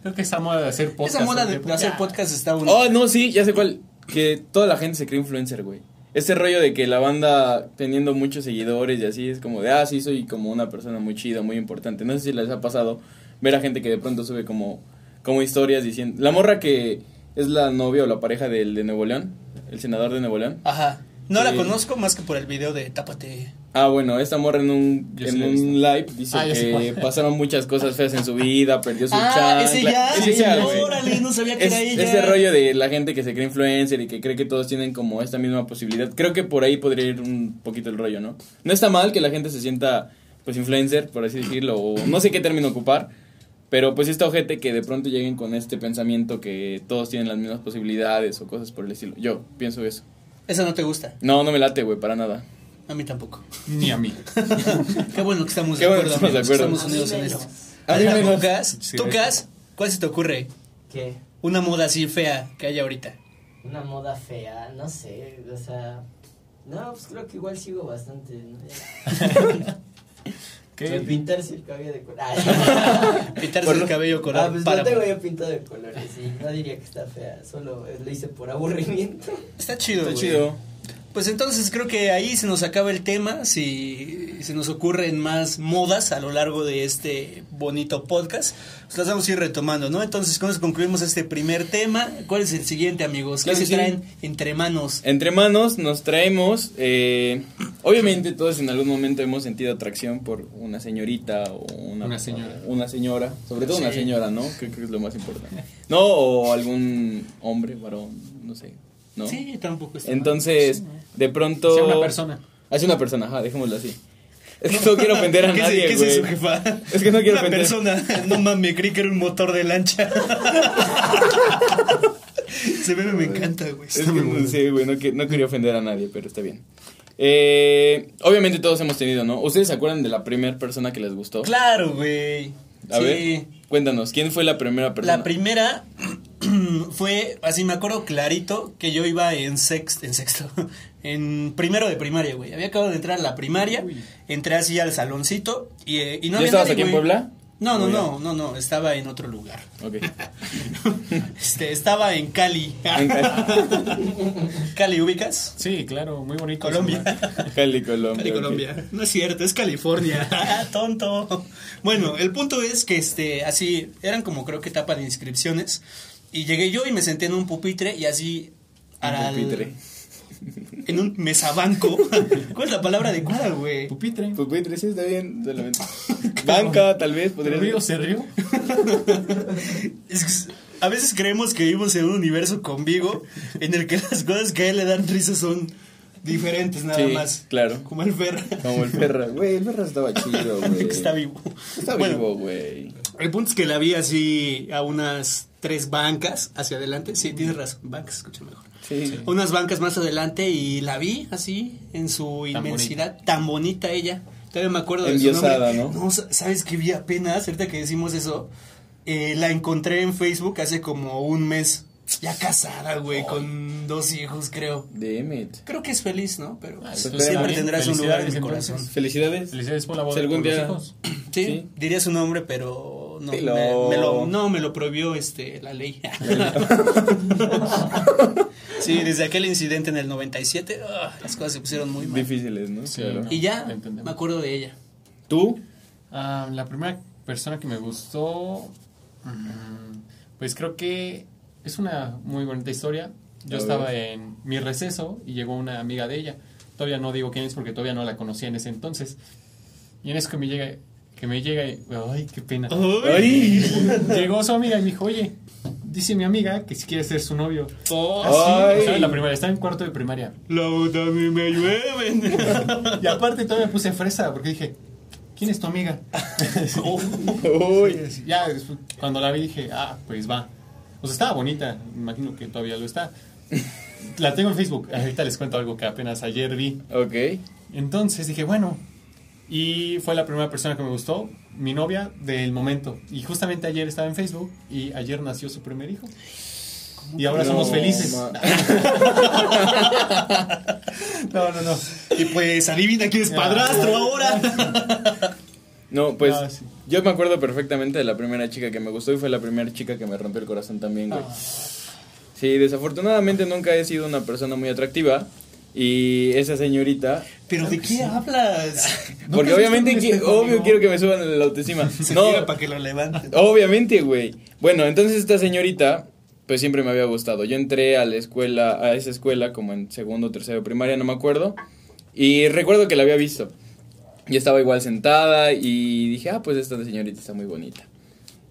Speaker 3: Creo que esa moda de hacer podcast.
Speaker 1: Esa moda de,
Speaker 3: ¿no?
Speaker 1: de hacer
Speaker 3: Ya.
Speaker 1: podcast está una.
Speaker 2: Oh, no, sí, ya sé cuál. Que toda la gente se cree influencer, güey. Ese rollo de que la banda teniendo muchos seguidores y así es como de, ah, sí, soy como una persona muy chida, muy importante. No sé si les ha pasado ver a gente que de pronto sube como, como historias diciendo. La morra que es la novia o la pareja del de Nuevo León, el senador de Nuevo León.
Speaker 1: Ajá. No la
Speaker 2: Sí.
Speaker 1: conozco más que por el video de Tápate.
Speaker 2: Ah, bueno, esta morra en un,
Speaker 3: Yo sí
Speaker 2: en
Speaker 3: la he
Speaker 2: un live dice
Speaker 3: Ah, yo sí.
Speaker 2: que pasaron muchas cosas feas en su vida, perdió su
Speaker 1: Ah,
Speaker 2: chancla.
Speaker 1: ese ya.
Speaker 2: Es ella, güey.
Speaker 1: Órale, no sabía que
Speaker 2: Es-
Speaker 1: era ella.
Speaker 2: Ese rollo de la gente que se cree influencer y que cree que todos tienen como esta misma posibilidad. Creo que por ahí podría ir un poquito el rollo, ¿no? No está mal que la gente se sienta, pues, influencer, por así decirlo, o no sé qué término ocupar. Pero pues esta ojete que de pronto lleguen con este pensamiento que todos tienen las mismas posibilidades o cosas por el estilo. Yo pienso eso.
Speaker 1: Esa no te gusta.
Speaker 2: No, no me late, güey, para nada.
Speaker 1: A mí tampoco.
Speaker 3: Ni a mí.
Speaker 1: Qué bueno que estamos
Speaker 2: Qué
Speaker 1: de
Speaker 2: bueno
Speaker 1: acuerdo.
Speaker 2: que estamos de
Speaker 1: amigos,
Speaker 2: acuerdo.
Speaker 1: Estamos unidos en esto.
Speaker 2: A
Speaker 1: A
Speaker 2: mí
Speaker 1: ver,
Speaker 2: menos.
Speaker 1: ¿tú, Cas?
Speaker 3: Sí,
Speaker 1: ¿Tú, Cas? ¿Cuál se te ocurre?
Speaker 4: ¿Qué?
Speaker 1: Una moda así fea que hay ahorita.
Speaker 4: Una moda fea, no sé, o sea... No, pues creo que igual sigo bastante, ¿no?
Speaker 3: ¿Qué?
Speaker 4: Pues Pintarse el cabello de color. Ah,
Speaker 1: Quitarse
Speaker 2: Por
Speaker 1: el
Speaker 2: lo-
Speaker 1: cabello color.
Speaker 4: ah, pues no
Speaker 1: páramo.
Speaker 4: tengo yo pintado de colores, sí. No diría que está fea, solo eh, lo hice por aburrimiento.
Speaker 1: Está chido.
Speaker 2: Está
Speaker 1: güey.
Speaker 2: chido.
Speaker 1: Pues entonces creo que ahí se nos acaba el tema. Si se nos ocurren más modas a lo largo de este bonito podcast, pues las vamos a ir retomando, ¿no? Entonces, con eso concluimos este primer tema. ¿Cuál es el siguiente, amigos? ¿Qué
Speaker 2: Claro
Speaker 1: se
Speaker 2: que sí.
Speaker 1: traen entre manos?
Speaker 2: Entre manos nos traemos, eh, obviamente todos en algún momento hemos sentido atracción por una señorita o una,
Speaker 3: Una señora.
Speaker 2: una señora, sobre todo una
Speaker 1: Sí.
Speaker 2: señora, ¿no? Que creo que es lo más importante. No, o algún hombre, varón, no sé, ¿no?
Speaker 1: Sí, tampoco está mal.
Speaker 2: Entonces, de pronto...
Speaker 3: Sea una persona.
Speaker 2: Hace una persona, ajá, dejémoslo así. Es que no quiero ofender a
Speaker 1: ¿Qué, es-
Speaker 2: nadie,
Speaker 1: ¿qué es
Speaker 2: güey.
Speaker 1: eso, jefa?
Speaker 2: Es que no quiero
Speaker 1: Una
Speaker 2: ofender.
Speaker 1: persona. No mames, creí que era un motor de lancha. Se ve, me encanta, güey.
Speaker 2: Es que no sé, güey, no, que- no quería ofender a nadie, pero está bien. Eh, obviamente todos hemos tenido, ¿no? ¿Ustedes se acuerdan de la primera persona que les gustó?
Speaker 1: Claro, güey.
Speaker 2: A
Speaker 1: Sí.
Speaker 2: ver, cuéntanos, ¿quién fue la primera persona?
Speaker 1: La primera fue, así me acuerdo clarito, que yo iba en sexto, en sexto, en primero de primaria, güey. Había acabado de entrar a la primaria,
Speaker 3: Uy.
Speaker 1: entré así al saloncito y, eh, y no
Speaker 2: ¿Ya
Speaker 1: había
Speaker 2: estabas
Speaker 1: nadie,
Speaker 2: aquí en
Speaker 1: güey.
Speaker 2: Puebla?
Speaker 1: No, no,
Speaker 2: Uy,
Speaker 1: no, no, no, estaba en otro lugar.
Speaker 2: Ok.
Speaker 1: Este, estaba en Cali. ¿Cali ubicas?
Speaker 3: Sí, claro, muy bonito.
Speaker 1: Colombia.
Speaker 2: Cali, Colombia.
Speaker 1: Cali,
Speaker 2: ok.
Speaker 1: Colombia. No es cierto, es California. Tonto. Bueno, el punto es que este, así, eran como creo que etapa de inscripciones. Y llegué yo y me senté en un pupitre y así. al-
Speaker 2: Pupitre.
Speaker 1: En un mesabanco. ¿Cuál es la palabra adecuada, güey?
Speaker 3: Pupitre.
Speaker 2: Pupitre, Pues, sí, está bien. solamente. Banca, tal vez, podría
Speaker 3: ¿El
Speaker 2: ser.
Speaker 3: río se rió?
Speaker 1: Es que s- a veces creemos que vivimos en un universo conmigo en el que las cosas que a él le dan risa son diferentes nada
Speaker 2: Sí,
Speaker 1: más.
Speaker 2: claro.
Speaker 1: Como el perro.
Speaker 2: Como el perra. Güey, el perra estaba chido, güey.
Speaker 1: que está vivo.
Speaker 2: Está
Speaker 1: Bueno,
Speaker 2: vivo, güey.
Speaker 1: El punto es que la vi así a unas tres bancas hacia adelante. Sí, tienes razón. Bancas, escucha mejor.
Speaker 2: Sí.
Speaker 1: Unas bancas más adelante y la vi así en su
Speaker 3: Tan
Speaker 1: inmensidad. Tan bonita ella. Todavía me acuerdo de
Speaker 2: Endiosada,
Speaker 1: su nombre.
Speaker 2: ¿no?
Speaker 1: sa- ¿Sabes qué vi apenas? Ahorita que decimos eso, eh, la encontré en Facebook hace como un mes.
Speaker 5: Ya casada, güey, con dos hijos, creo.
Speaker 2: De Emmet.
Speaker 5: Creo que es feliz, ¿no? Pero.
Speaker 3: Ah,
Speaker 5: sí,
Speaker 3: entonces,
Speaker 1: pues siempre
Speaker 3: David,
Speaker 1: tendrás un lugar en mi
Speaker 3: felicidades,
Speaker 1: corazón.
Speaker 3: entonces.
Speaker 2: Felicidades.
Speaker 3: Felicidades por la boda
Speaker 2: Si algún
Speaker 3: con los
Speaker 2: día-
Speaker 3: hijos.
Speaker 5: sí.
Speaker 1: Diría su nombre, pero no.
Speaker 2: Dilo.
Speaker 1: me- me lo- no.
Speaker 5: No, me lo prohibió este, la ley.
Speaker 1: Sí, desde aquel incidente en el 97, ah, las cosas se pusieron muy mal.
Speaker 2: Difíciles, ¿no?
Speaker 3: Sí,
Speaker 2: Claro.
Speaker 3: ¿no?
Speaker 5: y ya
Speaker 3: Te entendemos.
Speaker 5: me acuerdo de ella.
Speaker 2: ¿Tú?
Speaker 3: Ah, la primera persona que me gustó, mm, pues creo que es una muy bonita historia. Yo
Speaker 2: A
Speaker 3: estaba
Speaker 2: ver.
Speaker 3: en mi receso y llegó una amiga de ella. Todavía no digo quién es porque todavía no la conocía en ese entonces. Y en eso que me llega, que me llega, y- ay, qué pena.
Speaker 2: ¡Ay!
Speaker 3: Llegó su amiga y me dijo, oye, dice mi amiga que si quiere ser su novio.
Speaker 2: Oh,
Speaker 3: Ah,
Speaker 2: Ay.
Speaker 3: O sea, en la primaria, estaba en cuarto de primaria.
Speaker 1: La boda a mí me llueven.
Speaker 3: Y aparte todavía me puse fresa porque dije, ¿quién es tu amiga?
Speaker 2: Oh. ¡Uy!
Speaker 3: Sí, Ya después, cuando la vi dije, ah, pues va. O sea, estaba bonita, imagino que todavía lo está. La tengo en Facebook, ahorita les cuento algo que apenas ayer vi.
Speaker 2: Ok.
Speaker 3: Entonces dije, bueno, y fue la primera persona que me gustó, mi novia del momento. Y justamente ayer estaba en Facebook y ayer nació su primer hijo. Y ahora
Speaker 2: No,
Speaker 3: somos felices.
Speaker 2: ma-
Speaker 3: No, no, no.
Speaker 1: Y pues adivina quién es padrastro ahora.
Speaker 2: No, pues
Speaker 3: Ah, sí.
Speaker 2: yo me acuerdo perfectamente de la primera chica que me gustó y fue la primera chica que me rompió el corazón también,
Speaker 3: Ah.
Speaker 2: güey. Sí, desafortunadamente nunca he sido una persona muy atractiva y esa señorita...
Speaker 1: ¿Pero de qué hablas?
Speaker 3: ¿Nunca
Speaker 2: porque
Speaker 3: has
Speaker 2: obviamente,
Speaker 3: visto un
Speaker 2: qui-
Speaker 3: espejo,
Speaker 2: obvio,
Speaker 3: amigo?
Speaker 2: quiero que me suban la autoestima.
Speaker 1: Se
Speaker 2: no,
Speaker 1: tira para que lo levanten.
Speaker 2: Obviamente, güey. Bueno, entonces esta señorita, pues siempre me había gustado. Yo entré a la escuela, a esa escuela, como en segundo, tercero, primaria, no me acuerdo. Y recuerdo que la había visto. Y estaba igual sentada y dije, ah, pues esta señorita está muy bonita.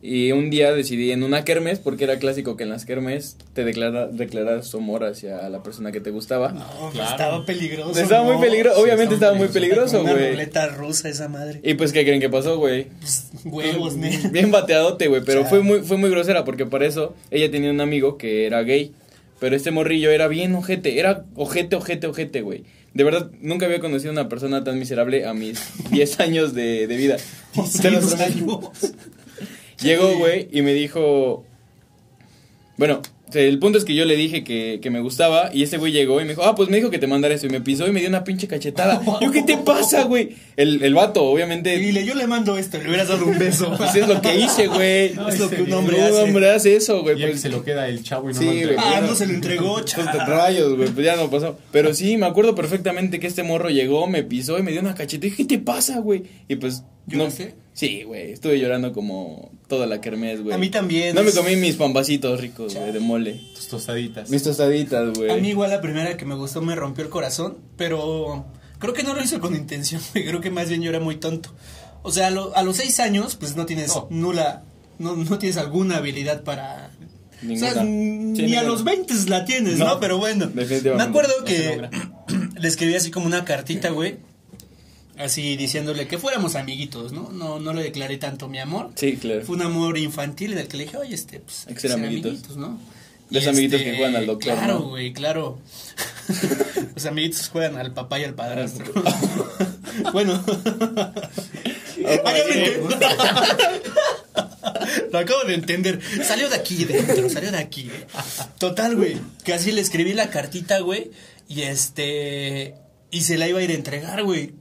Speaker 2: Y un día decidí en una kermes, porque era clásico que en las kermes te declara, declaras tu amor hacia la persona que te gustaba.
Speaker 1: No, pues,
Speaker 3: Claro.
Speaker 1: Estaba peligroso.
Speaker 2: estaba
Speaker 1: ¿no?
Speaker 2: muy peligroso,
Speaker 3: sí,
Speaker 2: obviamente
Speaker 3: estaba
Speaker 2: estaba
Speaker 3: muy
Speaker 2: muy peligroso,
Speaker 1: Una
Speaker 2: güey.
Speaker 1: ruleta rusa esa madre.
Speaker 2: Y pues, ¿qué creen que pasó, güey?
Speaker 1: Huevos, neta.
Speaker 2: Bien bateadote, güey, pero
Speaker 1: Chale.
Speaker 2: fue muy, fue muy grosera porque para eso ella tenía un amigo que era gay. Pero este morrillo era bien ojete, era ojete, ojete, ojete, güey. De verdad, nunca había conocido una persona tan miserable a mis 10 años de, de vida. Te lo prometo. Llegó, güey, y me dijo... Bueno, el punto es que yo le dije que, que me gustaba y ese güey llegó y me dijo, ah, pues me dijo que te mandara eso y me pisó y me dio una pinche cachetada. Yo, ¿qué te pasa, güey? El, el vato, obviamente...
Speaker 1: Y dile, yo le mando esto, le hubieras dado un beso.
Speaker 2: Pues Este, es lo que hice, güey.
Speaker 3: No,
Speaker 1: es lo
Speaker 3: este
Speaker 1: que un
Speaker 3: video.
Speaker 1: hombre
Speaker 2: Un
Speaker 1: hace.
Speaker 2: hombre hace eso, güey.
Speaker 3: Y ya que
Speaker 2: pues,
Speaker 3: se lo queda el chavo y no
Speaker 2: Sí,
Speaker 3: lo
Speaker 2: güey.
Speaker 3: entrega.
Speaker 1: Ah, no se lo entregó,
Speaker 2: pues,
Speaker 1: chaval.
Speaker 2: rayos, güey, pues ya no pasó. Pero sí, me acuerdo perfectamente que este morro llegó, me pisó y me dio una cacheta. Y dije, ¿qué te pasa, güey? Y pues. No,
Speaker 5: ¿Lloraste?
Speaker 2: sí, güey. Estuve llorando como toda la kermés, güey.
Speaker 1: A mí también.
Speaker 2: No me comí mis pambacitos ricos, güey, de mole.
Speaker 3: Tus tostaditas.
Speaker 2: Mis tostaditas, güey.
Speaker 1: A mí igual la primera que me gustó me rompió el corazón, pero creo que no lo hizo con intención, güey, creo que más bien yo era muy tonto. O sea, a, lo- a los seis años, pues no tienes
Speaker 3: No.
Speaker 1: nula, no, no tienes alguna habilidad para...
Speaker 2: Ninguna.
Speaker 1: O sea,
Speaker 2: Sí,
Speaker 1: ni
Speaker 2: ninguna.
Speaker 1: a los 20 la tienes, ¿no?
Speaker 2: No,
Speaker 1: Pero bueno.
Speaker 2: definitivamente.
Speaker 1: Me acuerdo
Speaker 3: No se
Speaker 1: que
Speaker 3: logra.
Speaker 1: le escribí así como una cartita, güey. Así diciéndole que fuéramos amiguitos, ¿no? No, no le declaré tanto mi amor.
Speaker 2: Sí, claro.
Speaker 1: Fue un amor infantil en el que le dije, oye, este, pues hay que ser amiguitos, ¿no?
Speaker 2: De
Speaker 1: Y este,
Speaker 2: esos amiguitos que juegan al doctor,
Speaker 1: Claro,
Speaker 2: ¿no?
Speaker 1: güey, claro. Los amiguitos juegan al papá y al padrastro. bueno. Vagamente. Lo acabo de entender. Salió de aquí dentro, salió de aquí. Total, güey. Que así le escribí la cartita, güey. Y este. Y se la iba a ir a entregar, güey.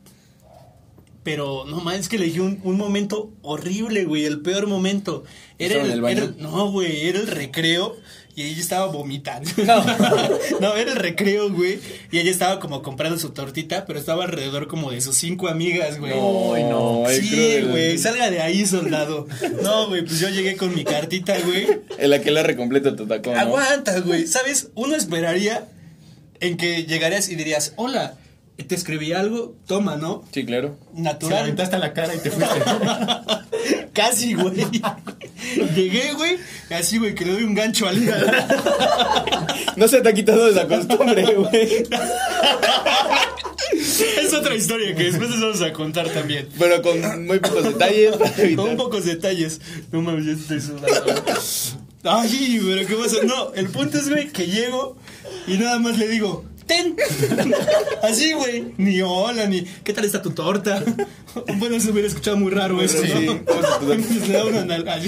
Speaker 1: Pero no más es que le dije un, un momento horrible, güey, el peor momento. Era
Speaker 2: ¿Estaba
Speaker 1: el,
Speaker 2: en el baño?
Speaker 1: era- no, güey, era el recreo y ella estaba vomitando.
Speaker 2: No.
Speaker 1: No. era el recreo, güey, y ella estaba como comprando su tortita, pero estaba alrededor como de sus cinco amigas, güey.
Speaker 2: Ay, no, el
Speaker 1: Sí,
Speaker 2: cruel.
Speaker 1: güey, salga de ahí, soldado. No, güey, pues yo llegué con mi cartita, güey.
Speaker 2: El aquelarre completo te tacón. ¿no?
Speaker 1: Aguanta, güey. ¿Sabes? Uno esperaría en que llegarías y dirías, hola, te escribí algo, toma, ¿no?
Speaker 2: Sí, claro.
Speaker 3: Se la
Speaker 1: Natural.
Speaker 3: aventaste a la cara y te fuiste.
Speaker 1: Casi, güey. Llegué, güey. Así, güey, que le doy un gancho al hígado.
Speaker 2: No se te ha quitado esa costumbre, güey.
Speaker 1: Es otra historia que después les vamos a contar también.
Speaker 2: Pero con muy pocos detalles para evitar.
Speaker 1: Con pocos detalles. No mames, ya estoy sudando. Ay, pero qué pasa. No, el punto es, güey, que llego y nada más le digo, ten. Así, güey. Ni hola, ni ¿qué tal está tu torta? Bueno, se hubiera escuchado muy raro eso,
Speaker 2: Sí.
Speaker 1: ¿no? Entonces le da una nalga.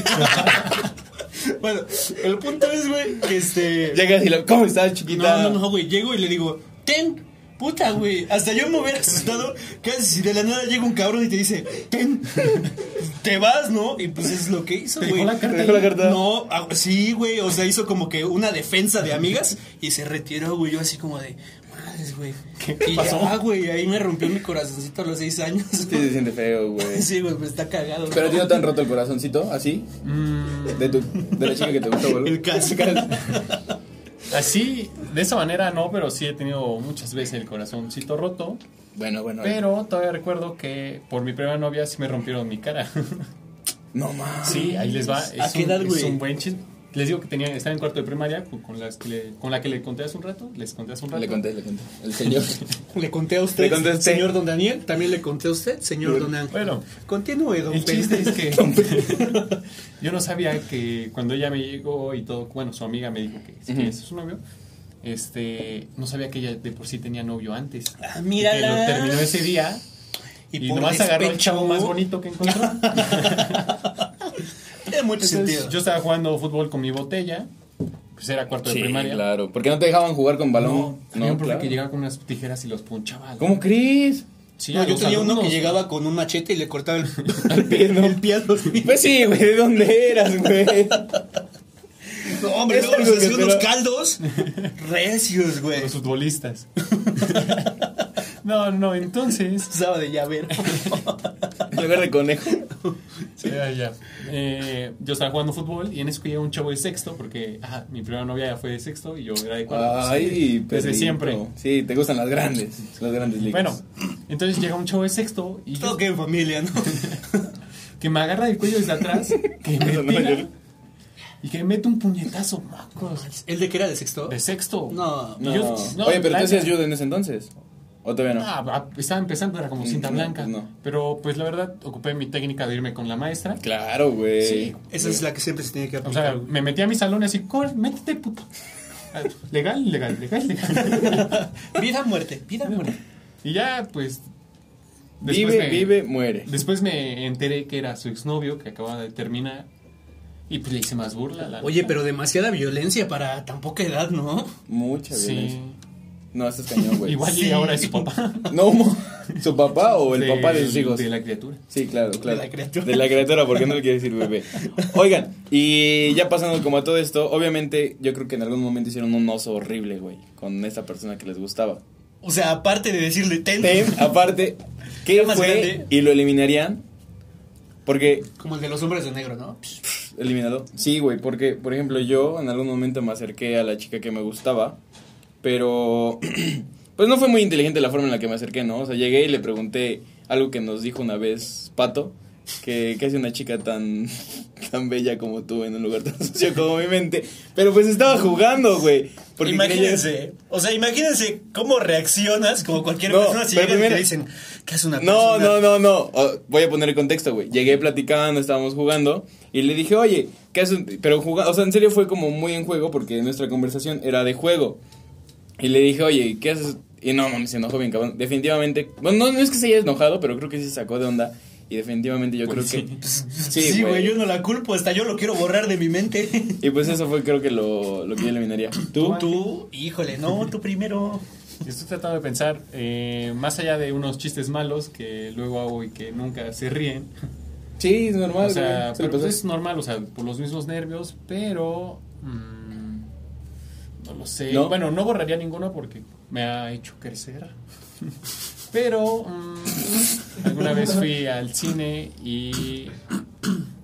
Speaker 1: Bueno, el punto es, güey, que este.
Speaker 2: Llegas y lo, ¿cómo estás, chiquita?
Speaker 1: No, no, no, güey. Llego y le digo, ten, puta, güey. Hasta yo me hubiera asustado. Casi si de la nada llega un cabrón y te dice, ten, te vas, ¿no? Y pues es lo que hizo,
Speaker 3: Te dejó
Speaker 1: güey.
Speaker 3: la carta
Speaker 2: Te dejó la
Speaker 3: ahí.
Speaker 2: carta.
Speaker 1: No, ah, sí, güey. O sea, hizo como que una defensa de amigas y se retiró, güey. Yo así como de, madres, güey.
Speaker 3: ¿Qué- qué
Speaker 1: y
Speaker 3: pasó?
Speaker 1: Ya, güey, ahí
Speaker 5: Ahí
Speaker 1: me.
Speaker 5: me rompió mi corazoncito a los seis años.
Speaker 2: Sí, se siente feo, güey.
Speaker 1: Sí, güey, pues está cagado.
Speaker 2: Pero a ti no te han roto el corazoncito, así,
Speaker 3: Mm,
Speaker 2: de, tu, de la chica que te gusta, boludo.
Speaker 1: El caso.
Speaker 3: así, de esa manera no, pero sí he tenido muchas veces el corazoncito roto.
Speaker 2: Bueno, bueno.
Speaker 3: Pero todavía recuerdo que por mi primera novia sí me rompieron mi cara.
Speaker 2: No más.
Speaker 3: Sí, ahí les va. Es,
Speaker 1: ¿A qué
Speaker 3: un,
Speaker 1: edad,
Speaker 3: es
Speaker 1: güey?
Speaker 3: un buen chisme. Les digo que tenía, estaba en cuarto de primaria con, con las que le- con la que le conté hace un rato. Les conté hace un rato.
Speaker 2: Le conté, le conté. El señor.
Speaker 5: Le conté a
Speaker 2: Le
Speaker 5: usted,
Speaker 2: conté a usted.
Speaker 5: señor don Daniel. También le conté a usted, señor don Ángel.
Speaker 3: Bueno,
Speaker 5: Continúe, don
Speaker 3: el chiste es
Speaker 5: Pedro.
Speaker 3: que yo no sabía que cuando ella me llegó y todo, bueno, su amiga me dijo que si
Speaker 2: Ujú.
Speaker 3: quieres ser su novio, este, no sabía que ella de por sí tenía novio antes.
Speaker 1: Ah,
Speaker 3: Y que
Speaker 1: mírala.
Speaker 3: lo terminó ese día y,
Speaker 1: por
Speaker 3: nomás agarró el
Speaker 1: despecho.
Speaker 3: chavo más bonito que encontró.
Speaker 1: Tiene mucho
Speaker 3: Entonces,
Speaker 1: sentido.
Speaker 3: yo estaba jugando fútbol con mi botella, pues era cuarto de primaria.
Speaker 2: claro. ¿Por qué no te dejaban jugar con balón?
Speaker 3: No, no, porque
Speaker 2: claro.
Speaker 3: llegaba con unas tijeras y los punchaba.
Speaker 2: ¿Cómo crees?
Speaker 3: Sí,
Speaker 5: No,
Speaker 3: a
Speaker 5: yo
Speaker 3: los
Speaker 5: tenía uno que
Speaker 3: alumnos.
Speaker 5: llegaba con un machete y le cortaba el,
Speaker 2: Al pie, ¿no?
Speaker 5: el pie a los niños.
Speaker 3: Este
Speaker 2: Pues sí, güey, ¿de dónde eras, güey?
Speaker 1: No, hombre,
Speaker 2: Es
Speaker 1: luego nos
Speaker 2: algo que
Speaker 1: hacía unos
Speaker 2: esperaba.
Speaker 1: caldos recios, güey.
Speaker 3: Los futbolistas. no, no, entonces.
Speaker 1: Sábado de llavero.
Speaker 2: Lugar de conejo.
Speaker 3: Ya, ya. Eh, yo estaba jugando fútbol y en eso que llega un chavo de sexto, porque ah, mi primera novia ya fue de sexto y yo era de cuarto.
Speaker 2: Ay,
Speaker 3: Desde
Speaker 2: perrito.
Speaker 3: siempre.
Speaker 2: Sí, te gustan las grandes. Las grandes ligas.
Speaker 3: Bueno, entonces llega un chavo de sexto y yo-
Speaker 1: Todo que en familia, ¿no?
Speaker 3: que me agarra del cuello desde atrás, que
Speaker 2: Eso
Speaker 3: me
Speaker 2: no,
Speaker 3: tira,
Speaker 2: yo-
Speaker 3: y que me mete un puñetazo, macos.
Speaker 5: ¿El de que era de sexto?
Speaker 3: De sexto.
Speaker 5: No.
Speaker 2: No.
Speaker 3: Y yo- no,
Speaker 2: Oye, pero
Speaker 3: la-
Speaker 2: tú hacías judo en ese entonces. ¿O todavía no?
Speaker 3: Ah, va- estaba empezando, era como cinta
Speaker 2: No,
Speaker 3: blanca.
Speaker 2: pues no.
Speaker 3: Pero pues la verdad ocupé mi técnica de irme con la maestra.
Speaker 2: Claro, güey.
Speaker 3: Sí,
Speaker 5: Esa es la que siempre se tiene que
Speaker 3: O
Speaker 5: aplicar.
Speaker 3: sea, me metí a mi salón y así, "Cor, métete, puto. Ah, Legal, legal, legal, legal.
Speaker 1: Vida, muerte, vida, muerte.
Speaker 3: Y ya, pues.
Speaker 2: Vive,
Speaker 3: me,
Speaker 2: vive, muere.
Speaker 3: Después me enteré que era su exnovio que acababa de terminar. Y pues le hice más burla. la
Speaker 5: Oye,
Speaker 3: neta.
Speaker 5: pero demasiada violencia para tan poca edad, ¿no?
Speaker 2: Mucha
Speaker 3: Sí.
Speaker 2: violencia. No, estás cañón, güey.
Speaker 3: Igual y ahora es su papá.
Speaker 2: No, mo- su papá o el papá de sus hijos.
Speaker 3: De la criatura.
Speaker 2: Sí, claro, claro.
Speaker 1: la criatura.
Speaker 2: De la criatura, porque no le quiere decir bebé. Oigan, y ya pasando como a todo esto, obviamente yo creo que en algún momento hicieron un oso horrible, güey, con esta persona que les gustaba.
Speaker 1: O sea, aparte de decirle ten,
Speaker 2: Tem, aparte, ¿qué
Speaker 1: Ya más
Speaker 2: fue?
Speaker 1: grande.
Speaker 2: Y lo eliminarían. Porque
Speaker 5: Como el de los hombres de negro, ¿no?
Speaker 2: Eliminado. Sí, güey, porque, por ejemplo, yo en algún momento me acerqué a la chica que me gustaba, pero pues no fue muy inteligente la forma en la que me acerqué, ¿no? O sea, llegué y le pregunté algo que nos dijo una vez Pato, que, que hace una chica tan, tan bella como tú en un lugar tan sucio como mi mente, pero pues estaba jugando, güey. porque quería-
Speaker 1: imagínense. O sea, imagínense cómo reaccionas como cualquier
Speaker 2: No,
Speaker 1: persona si llegan y
Speaker 2: pero
Speaker 1: te
Speaker 2: primero-
Speaker 1: dicen que es una
Speaker 2: No,
Speaker 1: persona.
Speaker 2: no, no, no. Oh, voy a poner el contexto, güey. Llegué platicando, estábamos jugando y le dije, oye, ¿qué haces? Pero jugando, o sea, en serio fue como muy en juego porque nuestra conversación era de juego. Y le dije, oye, ¿qué haces? Y no, mami, se enojó bien, cabrón. Definitivamente, bueno, no, no es que se haya enojado, pero creo que sí se sacó de onda. Y definitivamente yo
Speaker 3: Pues
Speaker 2: creo
Speaker 3: sí.
Speaker 2: que...
Speaker 1: Sí, güey, yo no la culpo, hasta yo lo quiero borrar de mi mente.
Speaker 2: Y pues eso fue creo que lo, lo que yo eliminaría. ¿Tú?
Speaker 1: Tú, híjole, no, tú primero.
Speaker 3: Estoy tratando de pensar, eh, más allá de unos chistes malos que luego hago y que nunca se ríen.
Speaker 2: Sí, es normal.
Speaker 3: O sea,
Speaker 2: güey. Se le
Speaker 3: pero pues
Speaker 2: pasó.
Speaker 3: es normal, o sea, por los mismos nervios, pero. mm, no lo sé.
Speaker 2: ¿No?
Speaker 3: Bueno, no borraría ninguno porque me ha hecho crecer. pero. mm, alguna vez fui al cine y.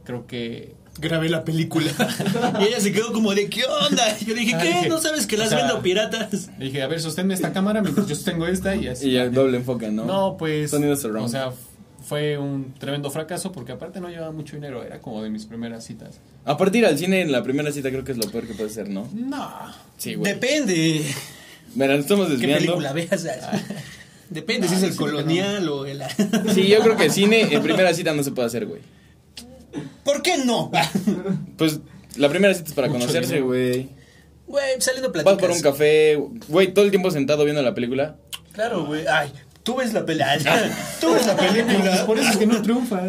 Speaker 3: creo que.
Speaker 5: Grabé la película.
Speaker 1: Y ella se quedó como de, ¿qué onda? Yo le dije,
Speaker 3: Ah,
Speaker 1: ¿qué?
Speaker 3: dije,
Speaker 1: ¿No sabes que las
Speaker 3: o sea,
Speaker 1: vendo piratas?
Speaker 3: Le dije, a ver, sosténme esta cámara mientras yo sostengo esta y así.
Speaker 2: Y ya doble enfoque, ¿no?
Speaker 3: pues, No, pues.
Speaker 2: Sonido surround.
Speaker 3: O sea, f- fue un tremendo fracaso porque aparte no llevaba mucho dinero, era como de mis primeras citas.
Speaker 2: Aparte ir al cine en la primera cita creo que es lo peor que puede ser, ¿no?
Speaker 3: No.
Speaker 2: Sí,
Speaker 1: Depende
Speaker 2: Mira, nos estamos
Speaker 1: qué
Speaker 2: desviando.
Speaker 1: película veas.
Speaker 5: Depende si es el
Speaker 3: sí, porque
Speaker 5: colonial o el...
Speaker 2: Sí, yo creo que cine en primera cita no se puede hacer, güey.
Speaker 1: ¿Por qué no?
Speaker 2: Pues la primera cita es para
Speaker 3: Mucho
Speaker 2: conocerse,
Speaker 3: dinero.
Speaker 2: güey.
Speaker 1: Güey, saliendo
Speaker 2: Vas
Speaker 1: platicas.
Speaker 2: por un café, güey, todo el tiempo sentado viendo la película.
Speaker 1: Claro, güey. Ay, Tú ves la película. Tú ves la película.
Speaker 3: Por eso es que no triunfa.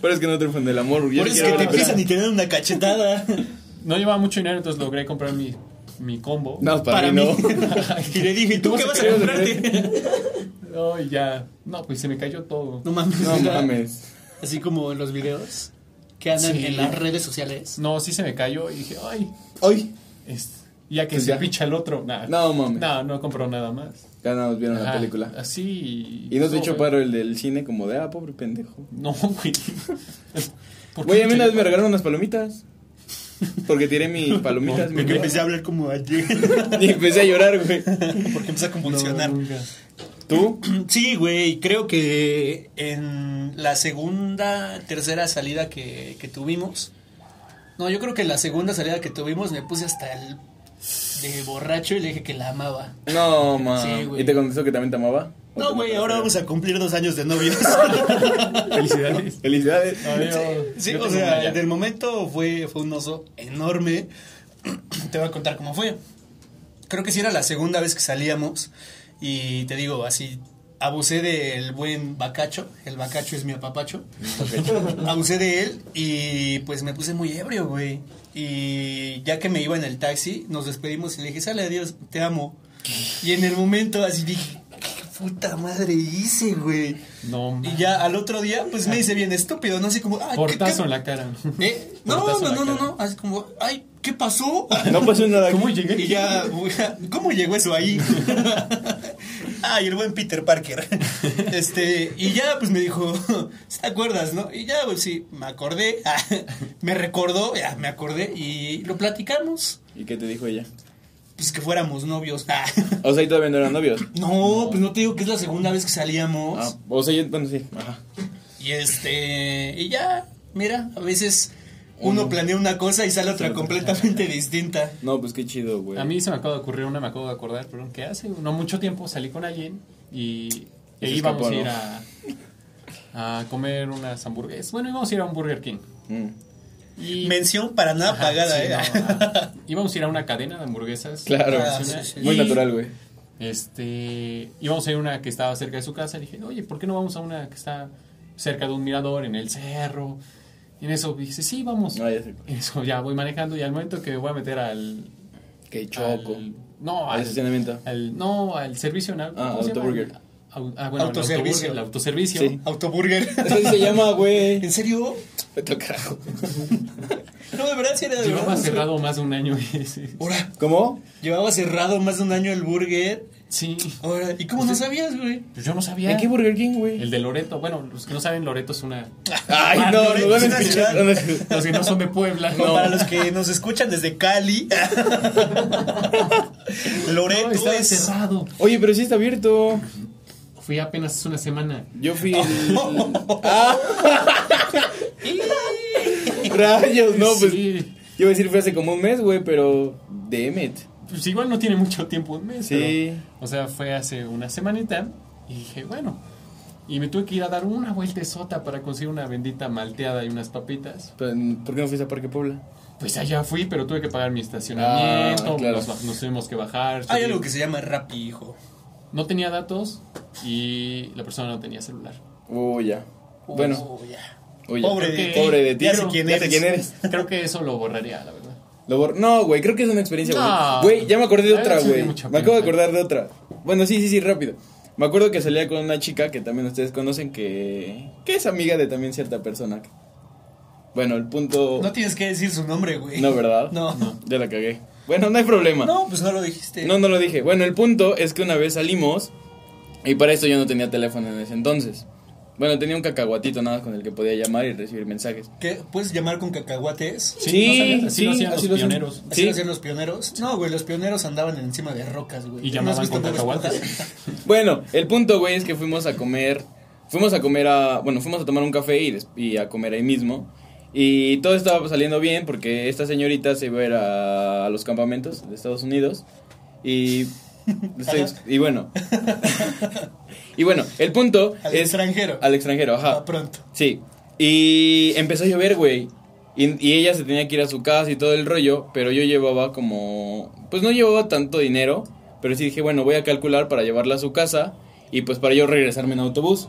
Speaker 2: Pero es que no triunfan del amor. güey. Yo
Speaker 1: Por eso es
Speaker 2: quiero
Speaker 1: que te
Speaker 2: ver la
Speaker 1: empiezan y te dan una cachetada.
Speaker 3: No llevaba mucho dinero, entonces logré comprar mi, mi combo.
Speaker 2: película. No, para, mí no.
Speaker 1: Y le dije, ¿y tú qué vas a comprarte?
Speaker 3: No, y ya. No, pues se me cayó todo.
Speaker 5: No mames.
Speaker 2: No
Speaker 5: ¿verdad?
Speaker 2: mames.
Speaker 5: Así como en los videos que andan
Speaker 3: Sí.
Speaker 5: en las redes sociales.
Speaker 3: No, sí se me cayó y dije, ay,
Speaker 2: Hoy
Speaker 3: es- ya que
Speaker 2: Pues
Speaker 3: se
Speaker 2: ya.
Speaker 3: picha el otro. Nah.
Speaker 2: No, mames.
Speaker 3: No, no compró nada más.
Speaker 2: ya nada más vieron la
Speaker 3: Ajá,
Speaker 2: película.
Speaker 3: Así.
Speaker 2: Y no te echó
Speaker 3: güey.
Speaker 2: paro el del cine como de, ah, pobre pendejo.
Speaker 3: No, güey. ¿Por qué
Speaker 2: Güey, a mí
Speaker 3: te
Speaker 2: una vez me
Speaker 3: echó
Speaker 2: regalaron unas palomitas. Porque tiré mis palomitas. me
Speaker 1: Porque
Speaker 2: quedé-
Speaker 1: empecé a hablar como ayer.
Speaker 2: y empecé a llorar, güey.
Speaker 1: Porque empecé a
Speaker 3: paro? No,
Speaker 1: convulsionar.
Speaker 3: nunca.
Speaker 2: ¿Tú?
Speaker 1: Sí, güey, creo que en la segunda, tercera salida que, que tuvimos. No, yo creo que la segunda salida que tuvimos me puse hasta el de borracho y le dije que la amaba.
Speaker 2: No, ma.
Speaker 5: Sí, güey.
Speaker 2: ¿Y te contestó que también te amaba? ¿O
Speaker 1: No,
Speaker 2: te
Speaker 1: güey,
Speaker 2: mató?
Speaker 1: ahora vamos a cumplir dos años de novios.
Speaker 3: Felicidades.
Speaker 2: Felicidades.
Speaker 3: Adiós.
Speaker 1: sí,
Speaker 3: Yo
Speaker 1: o
Speaker 3: tengo
Speaker 1: sea,
Speaker 3: una ya.
Speaker 1: del momento fue, fue un oso enorme. Te voy a contar cómo fue. Creo que sí era la segunda vez que salíamos. Y te digo, así, abusé del buen bacacho. El bacacho es mi apapacho. abusé de él y pues me puse muy ebrio, güey. Y ya que me iba en el taxi, nos despedimos y le dije, sale adiós, te amo. Y en el momento así dije, ¿qué puta madre hice, güey?
Speaker 3: No,
Speaker 1: Y ya al otro día, pues me hice bien estúpido, no sé como, ah, ¿qué-
Speaker 3: Ah. Portazo
Speaker 1: qué-
Speaker 3: en la cara.
Speaker 1: ¿Eh? No,
Speaker 3: Portazo
Speaker 1: no,
Speaker 3: en la
Speaker 1: no, no,
Speaker 3: cara.
Speaker 1: no, así como, ay, ¿qué pasó?
Speaker 2: No pasó nada. aquí.
Speaker 3: ¿Cómo llegué?
Speaker 1: Y ya, güey, ¿cómo llegó eso ahí? Ay, el buen Peter Parker. Este, y ya, pues me dijo, "¿Sí ¿te acuerdas, no? Y ya, pues sí, me acordé, ah, me recordó, ya, me acordé y lo platicamos.
Speaker 2: ¿Y qué te dijo ella?
Speaker 1: Pues que fuéramos novios. Ah,
Speaker 2: O sea, ¿y todavía no eran novios?
Speaker 1: No, pues no te digo que es la segunda vez que salíamos.
Speaker 2: Ah, o sea, yo, bueno, sí. Ajá.
Speaker 1: Y este, y ya, mira, a veces uno planea una cosa y sale otra completamente distinta.
Speaker 2: No, pues qué chido, güey.
Speaker 3: A mí se me acaba de ocurrir una, me acabo de acordar, perdón, que hace no mucho tiempo salí con alguien y,
Speaker 2: Y
Speaker 3: e
Speaker 2: se
Speaker 3: íbamos
Speaker 2: escapó,
Speaker 3: a ir a, a comer unas hamburguesas. Bueno, íbamos a ir a un Burger King.
Speaker 2: Mm.
Speaker 3: Y,
Speaker 1: Mención para nada
Speaker 3: Ajá,
Speaker 1: pagada,
Speaker 3: sí,
Speaker 1: eh.
Speaker 3: no, ah, íbamos a ir a una cadena de hamburguesas.
Speaker 2: Claro.
Speaker 1: Ah, sí,
Speaker 3: nacional,
Speaker 1: sí.
Speaker 2: Muy
Speaker 3: y,
Speaker 2: natural, güey.
Speaker 3: Este, íbamos a ir a una que estaba cerca de su casa. y Dije, oye, ¿por qué no vamos a una que está cerca de un mirador, en el cerro? Y en eso dije, sí, vamos.
Speaker 2: No, ya sé.
Speaker 3: En eso ya voy manejando y al momento que me voy a meter al,
Speaker 2: Qué choco.
Speaker 3: al- no,
Speaker 2: Al
Speaker 3: al,
Speaker 2: estacionamiento.
Speaker 3: al- no, al servicio. ¿no? ¿Cómo
Speaker 2: Ah,
Speaker 3: se llama?
Speaker 2: autoburger.
Speaker 3: Au- ah, bueno,
Speaker 1: Autoservicio.
Speaker 3: autoservicio. El autoservicio.
Speaker 2: Sí.
Speaker 1: Autoburger.
Speaker 2: Así se llama, güey.
Speaker 1: ¿En serio?
Speaker 2: Vete al carajo.
Speaker 1: No, de verdad, sí era de
Speaker 3: Llevaba
Speaker 1: verdad.
Speaker 3: cerrado más de un año. ese.
Speaker 1: Ahora,
Speaker 2: ¿Cómo?
Speaker 1: llevaba cerrado más de un año el burger.
Speaker 3: sí.
Speaker 1: Ahora, ¿y cómo no sabías, güey?
Speaker 3: Pues yo no sabía.
Speaker 2: ¿En qué Burger King, güey?
Speaker 3: el de Loreto. Bueno, los que no saben, Loreto es una.
Speaker 2: Ay,
Speaker 1: Ah,
Speaker 2: no,
Speaker 1: no,
Speaker 2: no van
Speaker 1: es
Speaker 2: a
Speaker 1: una
Speaker 2: escuchar.
Speaker 1: ciudad.
Speaker 2: no, no.
Speaker 3: Los que no son de Puebla.
Speaker 1: No, Para los que nos escuchan desde Cali, Loreto
Speaker 3: No, estaba
Speaker 1: es-
Speaker 3: cerrado.
Speaker 2: Oye, pero sí está abierto.
Speaker 3: Fui apenas hace una semana.
Speaker 2: Yo fui el... Ah. Rayos, no, pues... Yo
Speaker 3: Sí.
Speaker 2: iba a decir fue hace como un mes, güey, pero... Demet.
Speaker 3: Pues igual no tiene mucho tiempo, un mes.
Speaker 2: Sí.
Speaker 3: pero, o sea, fue hace una semanita y dije, bueno. Y me tuve que ir a dar una vuelta sota para conseguir una bendita malteada y unas papitas.
Speaker 2: Pero, pues, ¿Por qué no fuiste a Parque Puebla?
Speaker 3: Pues allá fui, pero tuve que pagar mi estacionamiento.
Speaker 2: Ah, claro.
Speaker 3: nos, baj- nos tuvimos que bajar.
Speaker 1: Hay
Speaker 3: subir.
Speaker 1: algo que se llama Rappi, hijo.
Speaker 3: No tenía datos y la persona no tenía celular.
Speaker 2: Oh, ya. Bueno,
Speaker 1: Oh, ya.
Speaker 2: oh, ya.
Speaker 1: Pobre de ti.
Speaker 2: Pobre de ti.
Speaker 1: Ya sé quién
Speaker 2: Ya sé
Speaker 1: eres.
Speaker 3: Creo que eso lo borraría, la verdad.
Speaker 2: Lo bor- no, güey, creo que es una experiencia
Speaker 3: No.
Speaker 2: bonita. Güey, ya me acordé de
Speaker 3: Ahora
Speaker 2: otra,
Speaker 3: sí me
Speaker 2: güey.
Speaker 3: dio mucha
Speaker 2: Me acabo de
Speaker 3: pena.
Speaker 2: acordar de otra. Bueno, sí, sí, sí, rápido. Me acuerdo que salía con una chica que también ustedes conocen que que es amiga de también cierta persona. Bueno, el punto
Speaker 1: No tienes que decir su nombre, güey.
Speaker 2: No, ¿verdad?
Speaker 1: No. No,
Speaker 2: Ya la cagué. Bueno, no hay problema.
Speaker 1: pues no lo dijiste.
Speaker 2: No, no lo dije. Bueno, el punto es que una vez salimos y para eso yo no tenía teléfono en ese entonces. Bueno, tenía un cacahuatito nada más con el que podía llamar y recibir mensajes.
Speaker 1: ¿Qué? ¿Puedes llamar con cacahuates?
Speaker 3: Sí,
Speaker 2: Sí,
Speaker 3: no sabía, así
Speaker 2: sí,
Speaker 3: lo hacían
Speaker 2: así
Speaker 3: los
Speaker 2: lo hacen.
Speaker 3: pioneros.
Speaker 1: ¿Así
Speaker 2: Sí.
Speaker 1: lo hacían los pioneros? No, güey, los pioneros andaban encima de rocas, güey.
Speaker 3: Y
Speaker 1: ¿No has
Speaker 3: llamaban
Speaker 1: visto
Speaker 3: con
Speaker 1: Bob Esponja?
Speaker 3: cacahuates.
Speaker 2: Bueno, el punto, güey, es que fuimos a comer. Fuimos a comer a. Bueno, fuimos a tomar un café y, des- y a comer ahí mismo. Y todo estaba saliendo bien porque esta señorita se iba a ir a, a los campamentos de Estados Unidos. Y. estoy- y bueno. y bueno, el punto
Speaker 1: Al
Speaker 2: es.
Speaker 1: extranjero.
Speaker 2: Al extranjero, ajá.
Speaker 1: Ah, pronto.
Speaker 2: Sí. Y empezó a llover, güey. Y, y ella se tenía que ir a su casa y todo el rollo, pero yo llevaba como... Pues no llevaba tanto dinero, pero sí dije, bueno, voy a calcular para llevarla a su casa. Y pues para yo regresarme en autobús.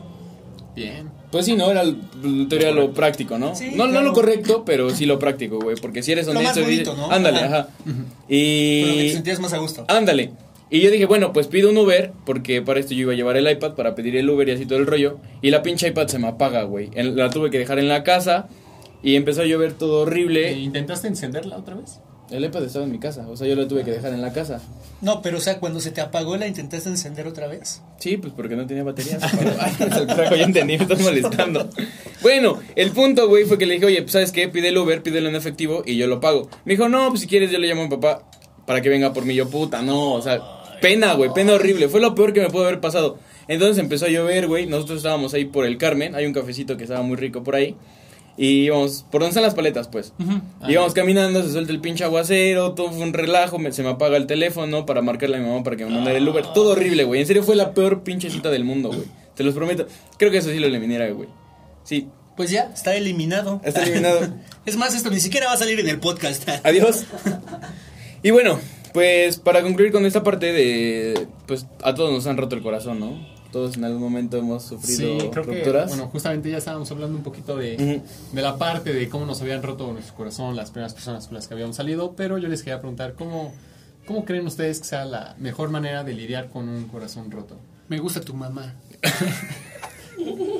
Speaker 3: Bien.
Speaker 2: Pues sí, ¿no? Era en teoría lo práctico, ¿no?
Speaker 1: Sí,
Speaker 2: no, no
Speaker 1: claro.
Speaker 2: lo correcto, pero sí lo práctico, güey. Porque si eres
Speaker 1: Lo más
Speaker 2: honesto. y dices-
Speaker 1: bonito, ¿no?
Speaker 2: Ándale,
Speaker 1: Ajá.
Speaker 2: ajá.
Speaker 1: Con lo que te
Speaker 2: Y. Ah.
Speaker 1: sentías más a gusto.
Speaker 2: Ándale. Y yo dije, bueno, pues pido un Uber, porque para esto yo iba a llevar el iPad para pedir el Uber y así todo el rollo. Y la pinche iPad se me apaga, güey. En- La tuve que dejar en la casa y empezó a llover todo
Speaker 3: ¿E
Speaker 2: horrible.
Speaker 3: ¿Intentaste encenderla otra vez?
Speaker 2: El iPad estaba en mi casa, o sea, yo la tuve que dejar en la casa.
Speaker 1: No, pero o sea, cuando se te apagó la intentaste encender otra vez.
Speaker 2: Sí, pues porque no tenía batería. se apagó. Ay, el trago, ya entendí, me estás molestando. Bueno, el punto, güey, fue que le dije, oye, pues, ¿sabes qué? Pide el Uber, pídelo en efectivo y yo lo pago. Me dijo, no, pues si quieres yo le llamo a mi papá para que venga por mí. Yo, puta, no, o sea, pena, güey, pena horrible. Fue lo peor que me pudo haber pasado. Entonces empezó a llover, güey. Nosotros estábamos ahí por el Carmen. Hay un cafecito que estaba muy rico por ahí. Y íbamos, ¿por dónde están las paletas, pues?
Speaker 3: Ah,
Speaker 2: Íbamos caminando, se suelta el pinche aguacero, todo fue un relajo, me- se me apaga el teléfono para marcarle a mi mamá para que me mandara el Uber.
Speaker 3: Ah.
Speaker 2: Todo horrible, güey. En serio fue la peor pinche cita del mundo, güey. Te los prometo. Creo que eso sí lo eliminara, güey. Sí,
Speaker 1: Pues ya, está eliminado.
Speaker 2: está eliminado.
Speaker 1: Es más, esto ni siquiera va a salir en el podcast.
Speaker 2: Adiós. Y bueno, pues para concluir con esta parte de... Pues a todos nos han roto el corazón, ¿no? Todos en algún momento hemos sufrido
Speaker 3: Sí, creo que,
Speaker 2: rupturas.
Speaker 3: bueno, justamente ya estábamos hablando un poquito de,
Speaker 2: Ujú.
Speaker 3: de la parte de cómo nos habían roto nuestro corazón las primeras personas con las que habíamos salido, pero yo les quería preguntar cómo, cómo creen ustedes que sea la mejor manera de lidiar con un corazón roto.
Speaker 5: Me gusta tu mamá.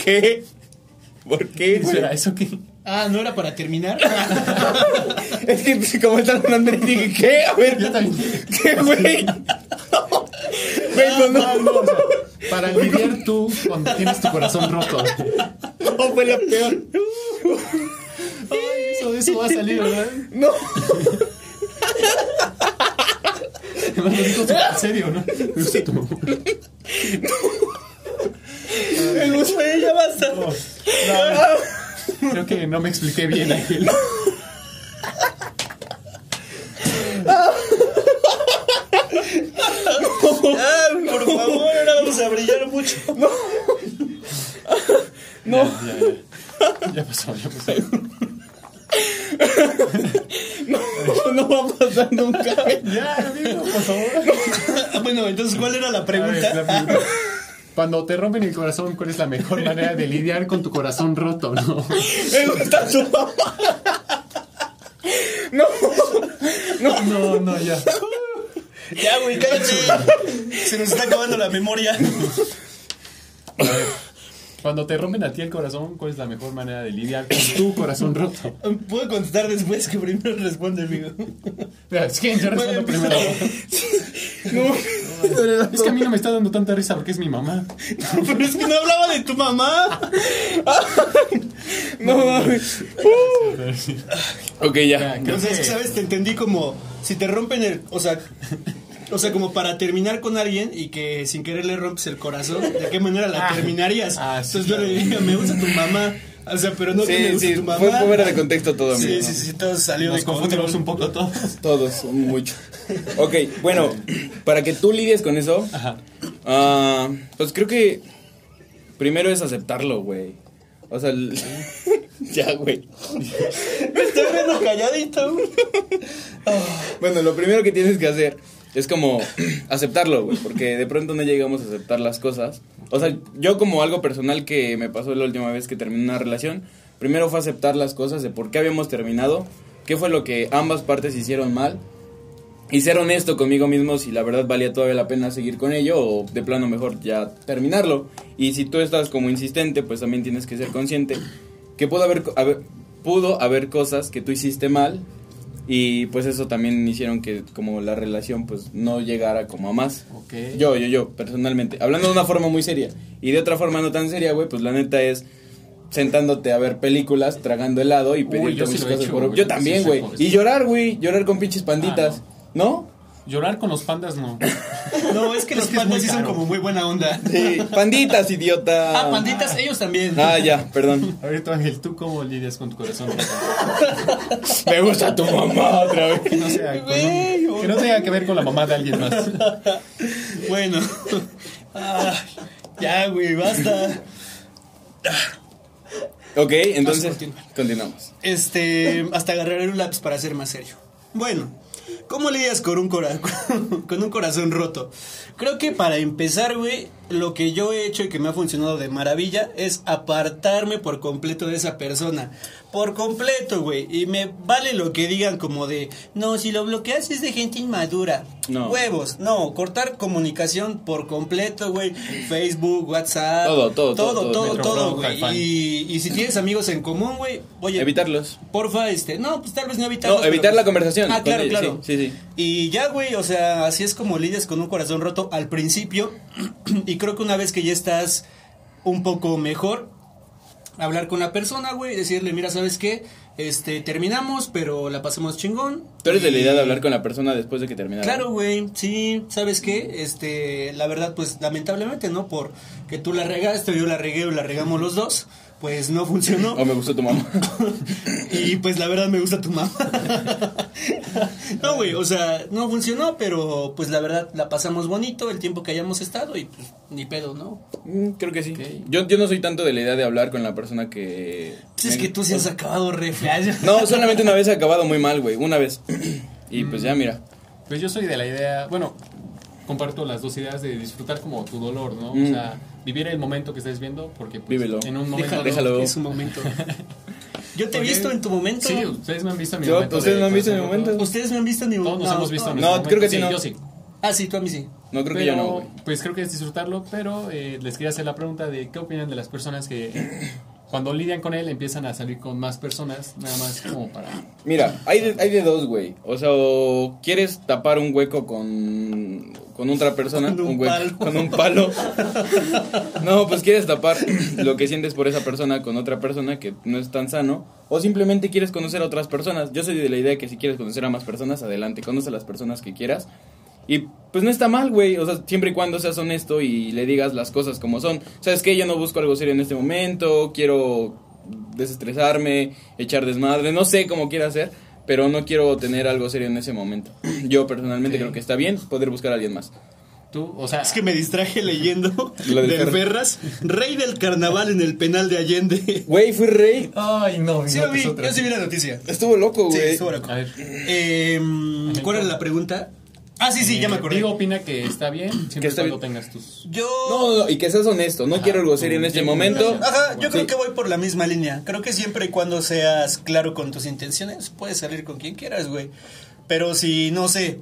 Speaker 2: ¿Qué? ¿Por qué?
Speaker 3: ¿Eso era eso que
Speaker 1: Ah, ¿no era para terminar? Ah,
Speaker 2: Es que pues, como están hablando, dije, ¿qué? A ver,
Speaker 3: Yo también.
Speaker 2: ¿Qué, güey? Güey, pues, no,
Speaker 3: o sea, para lidiar tú cuando tienes tu corazón roto.
Speaker 2: no, fue la peor.
Speaker 3: Ay, eso, de eso va a salir, ¿verdad?
Speaker 2: No,
Speaker 3: Además, lo dijo súper en serio, ¿no? Me gusta tu mamá.
Speaker 2: me gustó ella basta.
Speaker 3: Creo que no me expliqué bien Ángel.
Speaker 1: ah, por favor, ahora vamos a brillar mucho.
Speaker 3: No. Ya, ya, ya. Ya pasó, ya pasó.
Speaker 2: No, no va a pasar nunca.
Speaker 3: Ya, amigo, por favor.
Speaker 1: bueno, entonces, ¿cuál era la
Speaker 3: A ver,
Speaker 1: pregunta?
Speaker 3: la pregunta. Cuando te rompen el corazón, ¿cuál es la mejor manera de lidiar con tu corazón roto, no?
Speaker 2: Me gusta su mamá. No,
Speaker 3: No, no, ya.
Speaker 1: ya, güey, cállate. Se nos está acabando la memoria.
Speaker 3: Cuando te rompen a ti el corazón, ¿cuál es la mejor manera de lidiar con tu corazón roto?
Speaker 1: Puedo contestar después que primero responde, amigo.
Speaker 3: Mira, Es que yo respondo primero.
Speaker 2: no.
Speaker 3: Es que a mí no me está dando tanta risa porque es mi mamá.
Speaker 1: Pero es que no hablaba de tu mamá.
Speaker 2: No mames. Ok, ya.
Speaker 3: Creo
Speaker 1: O sea, es que,
Speaker 3: que-
Speaker 1: ¿sabes? Te entendí como si te rompen el. O sea. O sea, como para terminar con alguien y que sin querer le rompes el corazón, ¿de qué manera la
Speaker 3: Ah.
Speaker 1: terminarías?
Speaker 3: Ah, sí,
Speaker 1: Entonces yo le diría, me gusta tu mamá. O sea, pero no que me
Speaker 2: Sí,
Speaker 1: gusta
Speaker 2: sí,
Speaker 1: tu mamá.
Speaker 2: fue fuera de contexto todo,
Speaker 1: Sí,
Speaker 2: amigo.
Speaker 1: sí, sí, todo salió
Speaker 3: Nos
Speaker 1: de control.
Speaker 3: confundimos un poco todos.
Speaker 2: Todos, mucho. Ok, bueno, para que tú lidies con eso,
Speaker 3: Ajá.
Speaker 2: Ah, pues creo que primero es aceptarlo, güey. O sea, el- ya, güey.
Speaker 1: Estoy viendo este calladito.
Speaker 2: Bueno, lo primero que tienes que hacer es como aceptarlo, güey, porque de pronto no llegamos a aceptar las cosas. O sea, yo como algo personal que me pasó la última vez que terminé una relación, primero fue aceptar las cosas de por qué habíamos terminado, qué fue lo que ambas partes hicieron mal y ser honesto conmigo mismo si la verdad valía todavía la pena seguir con ello o de plano mejor ya terminarlo. Y si tú estás como insistente, pues también tienes que ser consciente que pudo haber, co- haber- pudo haber cosas que tú hiciste mal y pues eso también hicieron que como la relación pues no llegara como a más.
Speaker 3: Ok.
Speaker 2: Yo, yo, yo, personalmente. Hablando de una forma muy seria. Y de otra forma no tan seria, güey, pues la neta es sentándote a ver películas, tragando helado y
Speaker 3: Uy,
Speaker 2: pedirte
Speaker 3: yo sí
Speaker 2: muchas
Speaker 3: lo he
Speaker 2: cosas
Speaker 3: hecho,
Speaker 2: por-
Speaker 3: güey.
Speaker 2: Yo también,
Speaker 3: Sí, sí,
Speaker 2: güey.
Speaker 3: por-
Speaker 2: y llorar, güey. Llorar con pinches panditas. Ah, ¿No?
Speaker 3: Llorar con los pandas, no.
Speaker 1: No, es que los
Speaker 3: que es
Speaker 1: pandas
Speaker 3: muy
Speaker 1: sí son
Speaker 3: caro.
Speaker 1: como muy buena onda.
Speaker 2: Sí. Panditas, idiota.
Speaker 1: Ah, panditas, ellos también.
Speaker 2: Ah, ya, perdón.
Speaker 3: A ver, tú, Ángel, ¿tú cómo lidias con tu corazón roto?
Speaker 2: Me gusta tu mamá otra vez.
Speaker 3: Que no, sea con un- que no tenga que ver con la mamá de alguien más.
Speaker 1: Bueno. Ah, ya, güey, basta.
Speaker 2: Ok,
Speaker 1: Vamos
Speaker 2: entonces
Speaker 1: a continuar.
Speaker 2: continuamos.
Speaker 1: Este, hasta agarrar un lápiz para ser más serio. Bueno, ¿Cómo lidias con un, cora- con un corazón roto? Creo que para empezar, güey, lo que yo he hecho y que me ha funcionado de maravilla es apartarme por completo de esa persona. Por completo, güey. Y me vale lo que digan como de, no, si lo bloqueas es de gente inmadura.
Speaker 2: No.
Speaker 1: Huevos, no. Cortar comunicación por completo, güey. Facebook, WhatsApp.
Speaker 2: Todo, todo, todo,
Speaker 1: Todo,
Speaker 2: todo.
Speaker 1: todo,
Speaker 3: Metroflog,
Speaker 1: todo, güey.
Speaker 3: Hi-Fi.
Speaker 1: Y, y si tienes amigos en común, güey, oye.
Speaker 2: Evitarlos.
Speaker 1: Porfa, este, no, pues tal vez no evitarlos.
Speaker 2: No,
Speaker 1: pero-
Speaker 2: evitar la conversación.
Speaker 1: Ah,
Speaker 2: con
Speaker 1: claro,
Speaker 2: ellos,
Speaker 1: claro.
Speaker 2: Sí, sí. sí.
Speaker 1: Y ya, güey, o sea, así es como lidias con un corazón roto al principio. y creo que una vez que ya estás un poco mejor, hablar con la persona, güey, decirle, mira, ¿sabes qué? Este, terminamos, pero la pasamos chingón.
Speaker 2: Tú eres de la
Speaker 1: Y-
Speaker 2: idea de hablar con la persona después de que termina.
Speaker 1: Claro, güey, sí, ¿sabes qué? Este, la verdad, pues, lamentablemente, ¿no? Por que tú la regaste, o yo la regué, o la regamos los dos, pues no funcionó.
Speaker 2: O me gustó tu mamá.
Speaker 1: Y pues la verdad me gusta tu mamá. no, güey, o sea, no funcionó, pero pues la verdad la pasamos bonito el tiempo que hayamos estado y pues ni pedo, ¿no?
Speaker 2: Mm, Creo que sí. Yo, yo no soy tanto de la idea de hablar con la persona que.
Speaker 1: Pues es que tú se has acabado re fea.
Speaker 2: No, solamente una vez he acabado muy mal, güey. Una vez. Y pues ya, mira.
Speaker 3: Pues yo soy de la idea, bueno, comparto las dos ideas de disfrutar como tu dolor, ¿no?
Speaker 2: Mm.
Speaker 3: O sea, vivir el momento que estés viendo, porque pues,
Speaker 2: Vívelo.
Speaker 3: en un
Speaker 1: Déjalo,
Speaker 3: momento...
Speaker 2: déjalo.
Speaker 1: es un momento. Yo te he
Speaker 3: Porque-
Speaker 1: visto en tu momento.
Speaker 3: Sí, ustedes me han visto en mi
Speaker 2: Yo-
Speaker 3: momento.
Speaker 2: ustedes
Speaker 3: de
Speaker 2: me han visto en mi
Speaker 3: corazón roto.
Speaker 2: momento.
Speaker 1: Ustedes me han visto en mi
Speaker 3: Todos nos
Speaker 1: no,
Speaker 3: hemos visto en
Speaker 1: no.
Speaker 2: No,
Speaker 3: nuestro
Speaker 2: creo que sí,
Speaker 3: momento.
Speaker 2: no.
Speaker 3: Sí, yo sí.
Speaker 1: Ah, sí, tú a mí sí.
Speaker 2: No creo que yo
Speaker 3: Pero,
Speaker 2: no, güey.
Speaker 3: Pues creo que es disfrutarlo, pero eh, les quería hacer la pregunta de qué opinan de las personas que cuando lidian con él empiezan a salir con más personas, nada más como para...
Speaker 2: Mira, hay de, hay de dos, güey. O sea, o quieres tapar un hueco con, con otra persona.
Speaker 1: Con un
Speaker 2: hueco-
Speaker 1: palo.
Speaker 2: Con un palo. no, pues quieres tapar lo que sientes por esa persona con otra persona que no es tan sano. O simplemente quieres conocer a otras personas. Yo soy de la idea de que si quieres conocer a más personas, adelante, conoce a las personas que quieras. Y pues no está mal, güey. O sea, siempre y cuando seas honesto y le digas las cosas como son. ¿Sabes qué? Yo no busco algo serio en este momento. Quiero desestresarme, echar desmadre. No sé cómo quiera hacer, pero no quiero tener algo serio en ese momento. Yo personalmente
Speaker 3: Ok.
Speaker 2: creo que está bien poder buscar a alguien más.
Speaker 3: Tú, o sea...
Speaker 1: Es que me distraje leyendo
Speaker 2: Lo de
Speaker 1: del
Speaker 2: Fer-
Speaker 1: Ferras, rey del carnaval en el penal de Allende.
Speaker 2: Güey, fui rey.
Speaker 3: Ay, no,
Speaker 1: Sí
Speaker 3: no,
Speaker 1: lo vi,
Speaker 3: pues otra.
Speaker 1: yo sí vi la noticia.
Speaker 2: Estuvo loco,
Speaker 1: Sí,
Speaker 2: güey.
Speaker 1: estuvo loco.
Speaker 3: A ver.
Speaker 1: Em, ¿Cuál era la pregunta? Ah, sí, sí, ya me acordé.
Speaker 3: Digo, opina que está bien siempre
Speaker 2: Que está
Speaker 3: cuando
Speaker 2: bien.
Speaker 3: tengas tus...
Speaker 1: Yo.
Speaker 2: no, no, no, y que seas honesto. No quiero algo
Speaker 3: tú
Speaker 2: serio en este
Speaker 3: llegas a una
Speaker 2: momento.
Speaker 3: relación.
Speaker 1: Ajá, yo creo
Speaker 2: Sí.
Speaker 1: que voy por la misma línea. Creo que siempre y cuando seas claro con tus intenciones, puedes salir con quien quieras, güey. Pero si, no sé,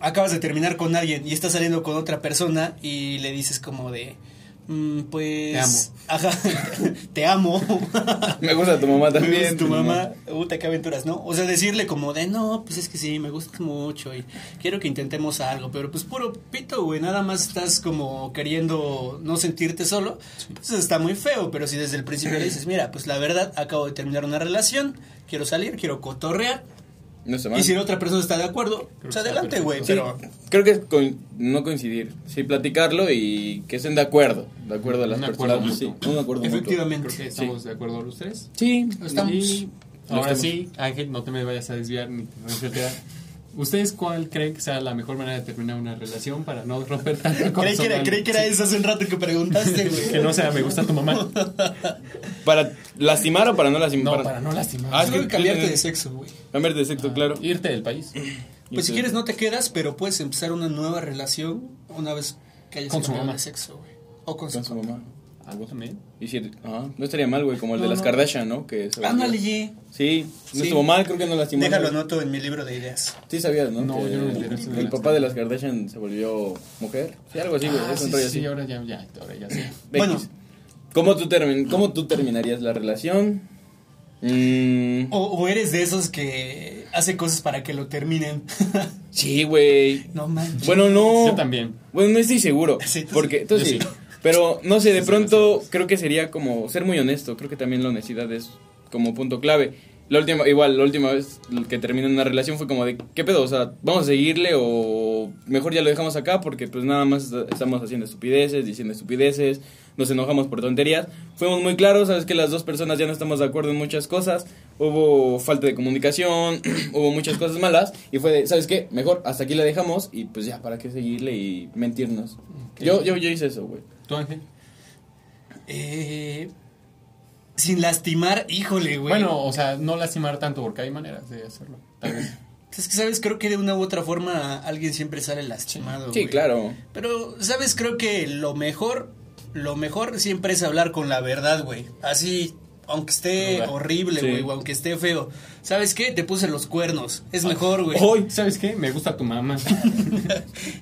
Speaker 1: acabas de terminar con alguien y estás saliendo con otra persona y le dices como de, mm, pues...
Speaker 3: Te amo.
Speaker 1: Ajá, te amo.
Speaker 2: Me gusta tu mamá
Speaker 1: Me
Speaker 2: también.
Speaker 1: gusta tu mamá, puta, qué aventuras, ¿no? O sea, decirle como de, no, pues es que sí, me gustas mucho y quiero que intentemos algo, pero pues puro pito, güey, nada más estás como queriendo no sentirte solo, pues está muy feo, pero si desde el principio le dices, mira, pues la verdad, acabo de terminar una relación, quiero salir, quiero cotorrear,
Speaker 2: No está mal.
Speaker 1: y si la otra persona está de acuerdo,
Speaker 3: que
Speaker 1: pues
Speaker 3: está
Speaker 1: adelante,
Speaker 3: perfecto.
Speaker 1: güey,
Speaker 2: Sí,
Speaker 1: pero...
Speaker 2: creo que es coin- no coincidir, sí platicarlo y que estén de acuerdo, de acuerdo a las
Speaker 3: Un
Speaker 2: personas.
Speaker 3: acuerdo mutuo.
Speaker 2: sí, un acuerdo mutuo.
Speaker 1: Efectivamente.
Speaker 3: Creo que estamos de acuerdo los tres.
Speaker 2: Sí,
Speaker 3: Y
Speaker 2: Lo
Speaker 3: ahora
Speaker 2: estamos.
Speaker 3: sí, Ángel, no te me vayas a desviar ni te vayas a quedar. ¿Ustedes cuál creen que sea la mejor manera de terminar una relación para no romper tanto el
Speaker 1: Creí que,
Speaker 3: corazón?
Speaker 1: era, creí que era eso hace un rato que preguntaste, güey.
Speaker 3: Que no sea, me gusta tu mamá.
Speaker 2: para lastimar o para no
Speaker 3: No,
Speaker 2: lastimar.
Speaker 3: para, no lastimar.
Speaker 2: Ah, es
Speaker 1: Tengo
Speaker 2: que
Speaker 1: que cambiarte
Speaker 2: tú-
Speaker 1: de sexo, güey.
Speaker 2: Cambiar de sexo, claro.
Speaker 3: Irte del país.
Speaker 1: Pues si quieres no te quedas, pero puedes empezar una nueva relación una vez que hayas
Speaker 3: Con su
Speaker 1: cambiado
Speaker 3: mamá.
Speaker 1: de sexo, güey. O con,
Speaker 2: con
Speaker 1: su
Speaker 2: su mamá.
Speaker 3: Ah, también.
Speaker 2: Y si- ajá, no estaría mal, güey, como el
Speaker 3: No,
Speaker 2: de las
Speaker 3: no.
Speaker 2: Kardashian, ¿no? Que se-
Speaker 1: Ándale, ye.
Speaker 2: Sí, no
Speaker 1: Sí.
Speaker 2: estuvo mal, creo que no lastimó.
Speaker 1: Déjalo
Speaker 2: ¿no?
Speaker 1: anoto en mi libro de ideas.
Speaker 2: Sí sabías, ¿no?
Speaker 3: No,
Speaker 2: Que
Speaker 3: yo no me enteré de
Speaker 2: El
Speaker 3: las-
Speaker 2: papá de las Kardashian se volvió mujer. Sí, algo así, güey.
Speaker 3: Ah,
Speaker 2: es un
Speaker 3: sí,
Speaker 2: rollo
Speaker 3: sí,
Speaker 2: así.
Speaker 3: ahora ya, ya, ahora ya sí.
Speaker 1: Bueno.
Speaker 2: X. ¿Cómo tú, termin- ¿Cómo tú terminarías la relación? Mm,
Speaker 1: O, o eres de esos que hace cosas para que lo terminen.
Speaker 2: sí, güey.
Speaker 1: no manches.
Speaker 2: Bueno, no.
Speaker 3: Yo también.
Speaker 2: Bueno, no estoy seguro.
Speaker 1: Sí, tú sí.
Speaker 2: porque tú
Speaker 3: Yo
Speaker 2: sí.
Speaker 3: sí.
Speaker 2: Pero no sé, de
Speaker 3: Sí, sí,
Speaker 2: pronto
Speaker 3: sí, sí.
Speaker 2: creo que sería como ser muy honesto. Creo que también la honestidad es como punto clave. La última, igual, la última vez que terminé una relación fue como de, ¿qué pedo? O sea, ¿vamos a seguirle o mejor ya lo dejamos acá? Porque pues nada más est- estamos haciendo estupideces, diciendo estupideces, nos enojamos por tonterías. Fuimos muy claros, sabes que las dos personas ya no estamos de acuerdo en muchas cosas. Hubo falta de comunicación, hubo muchas cosas malas. Y fue de, ¿sabes qué? Mejor hasta aquí la dejamos y pues ya, ¿para qué seguirle y mentirnos? Yo, yo, yo hice eso, güey.
Speaker 3: ¿Tú, Ángel?
Speaker 1: Eh, sin lastimar, híjole, güey.
Speaker 3: Bueno, o sea, no lastimar tanto porque hay maneras de hacerlo. Tal vez.
Speaker 1: Es que, ¿sabes? Creo que de una u otra forma alguien siempre sale lastimado.
Speaker 2: Sí,
Speaker 1: Ah, güey.
Speaker 2: claro.
Speaker 1: Pero, ¿sabes? Creo que lo mejor, lo mejor siempre es hablar con la verdad, güey. Así, aunque esté
Speaker 3: Verdad.
Speaker 1: horrible,
Speaker 2: Sí.
Speaker 1: güey, o aunque esté feo. ¿Sabes qué? Te puse los cuernos. Es mejor, güey.
Speaker 3: Hoy, ¿sabes qué? Me gusta tu mamá.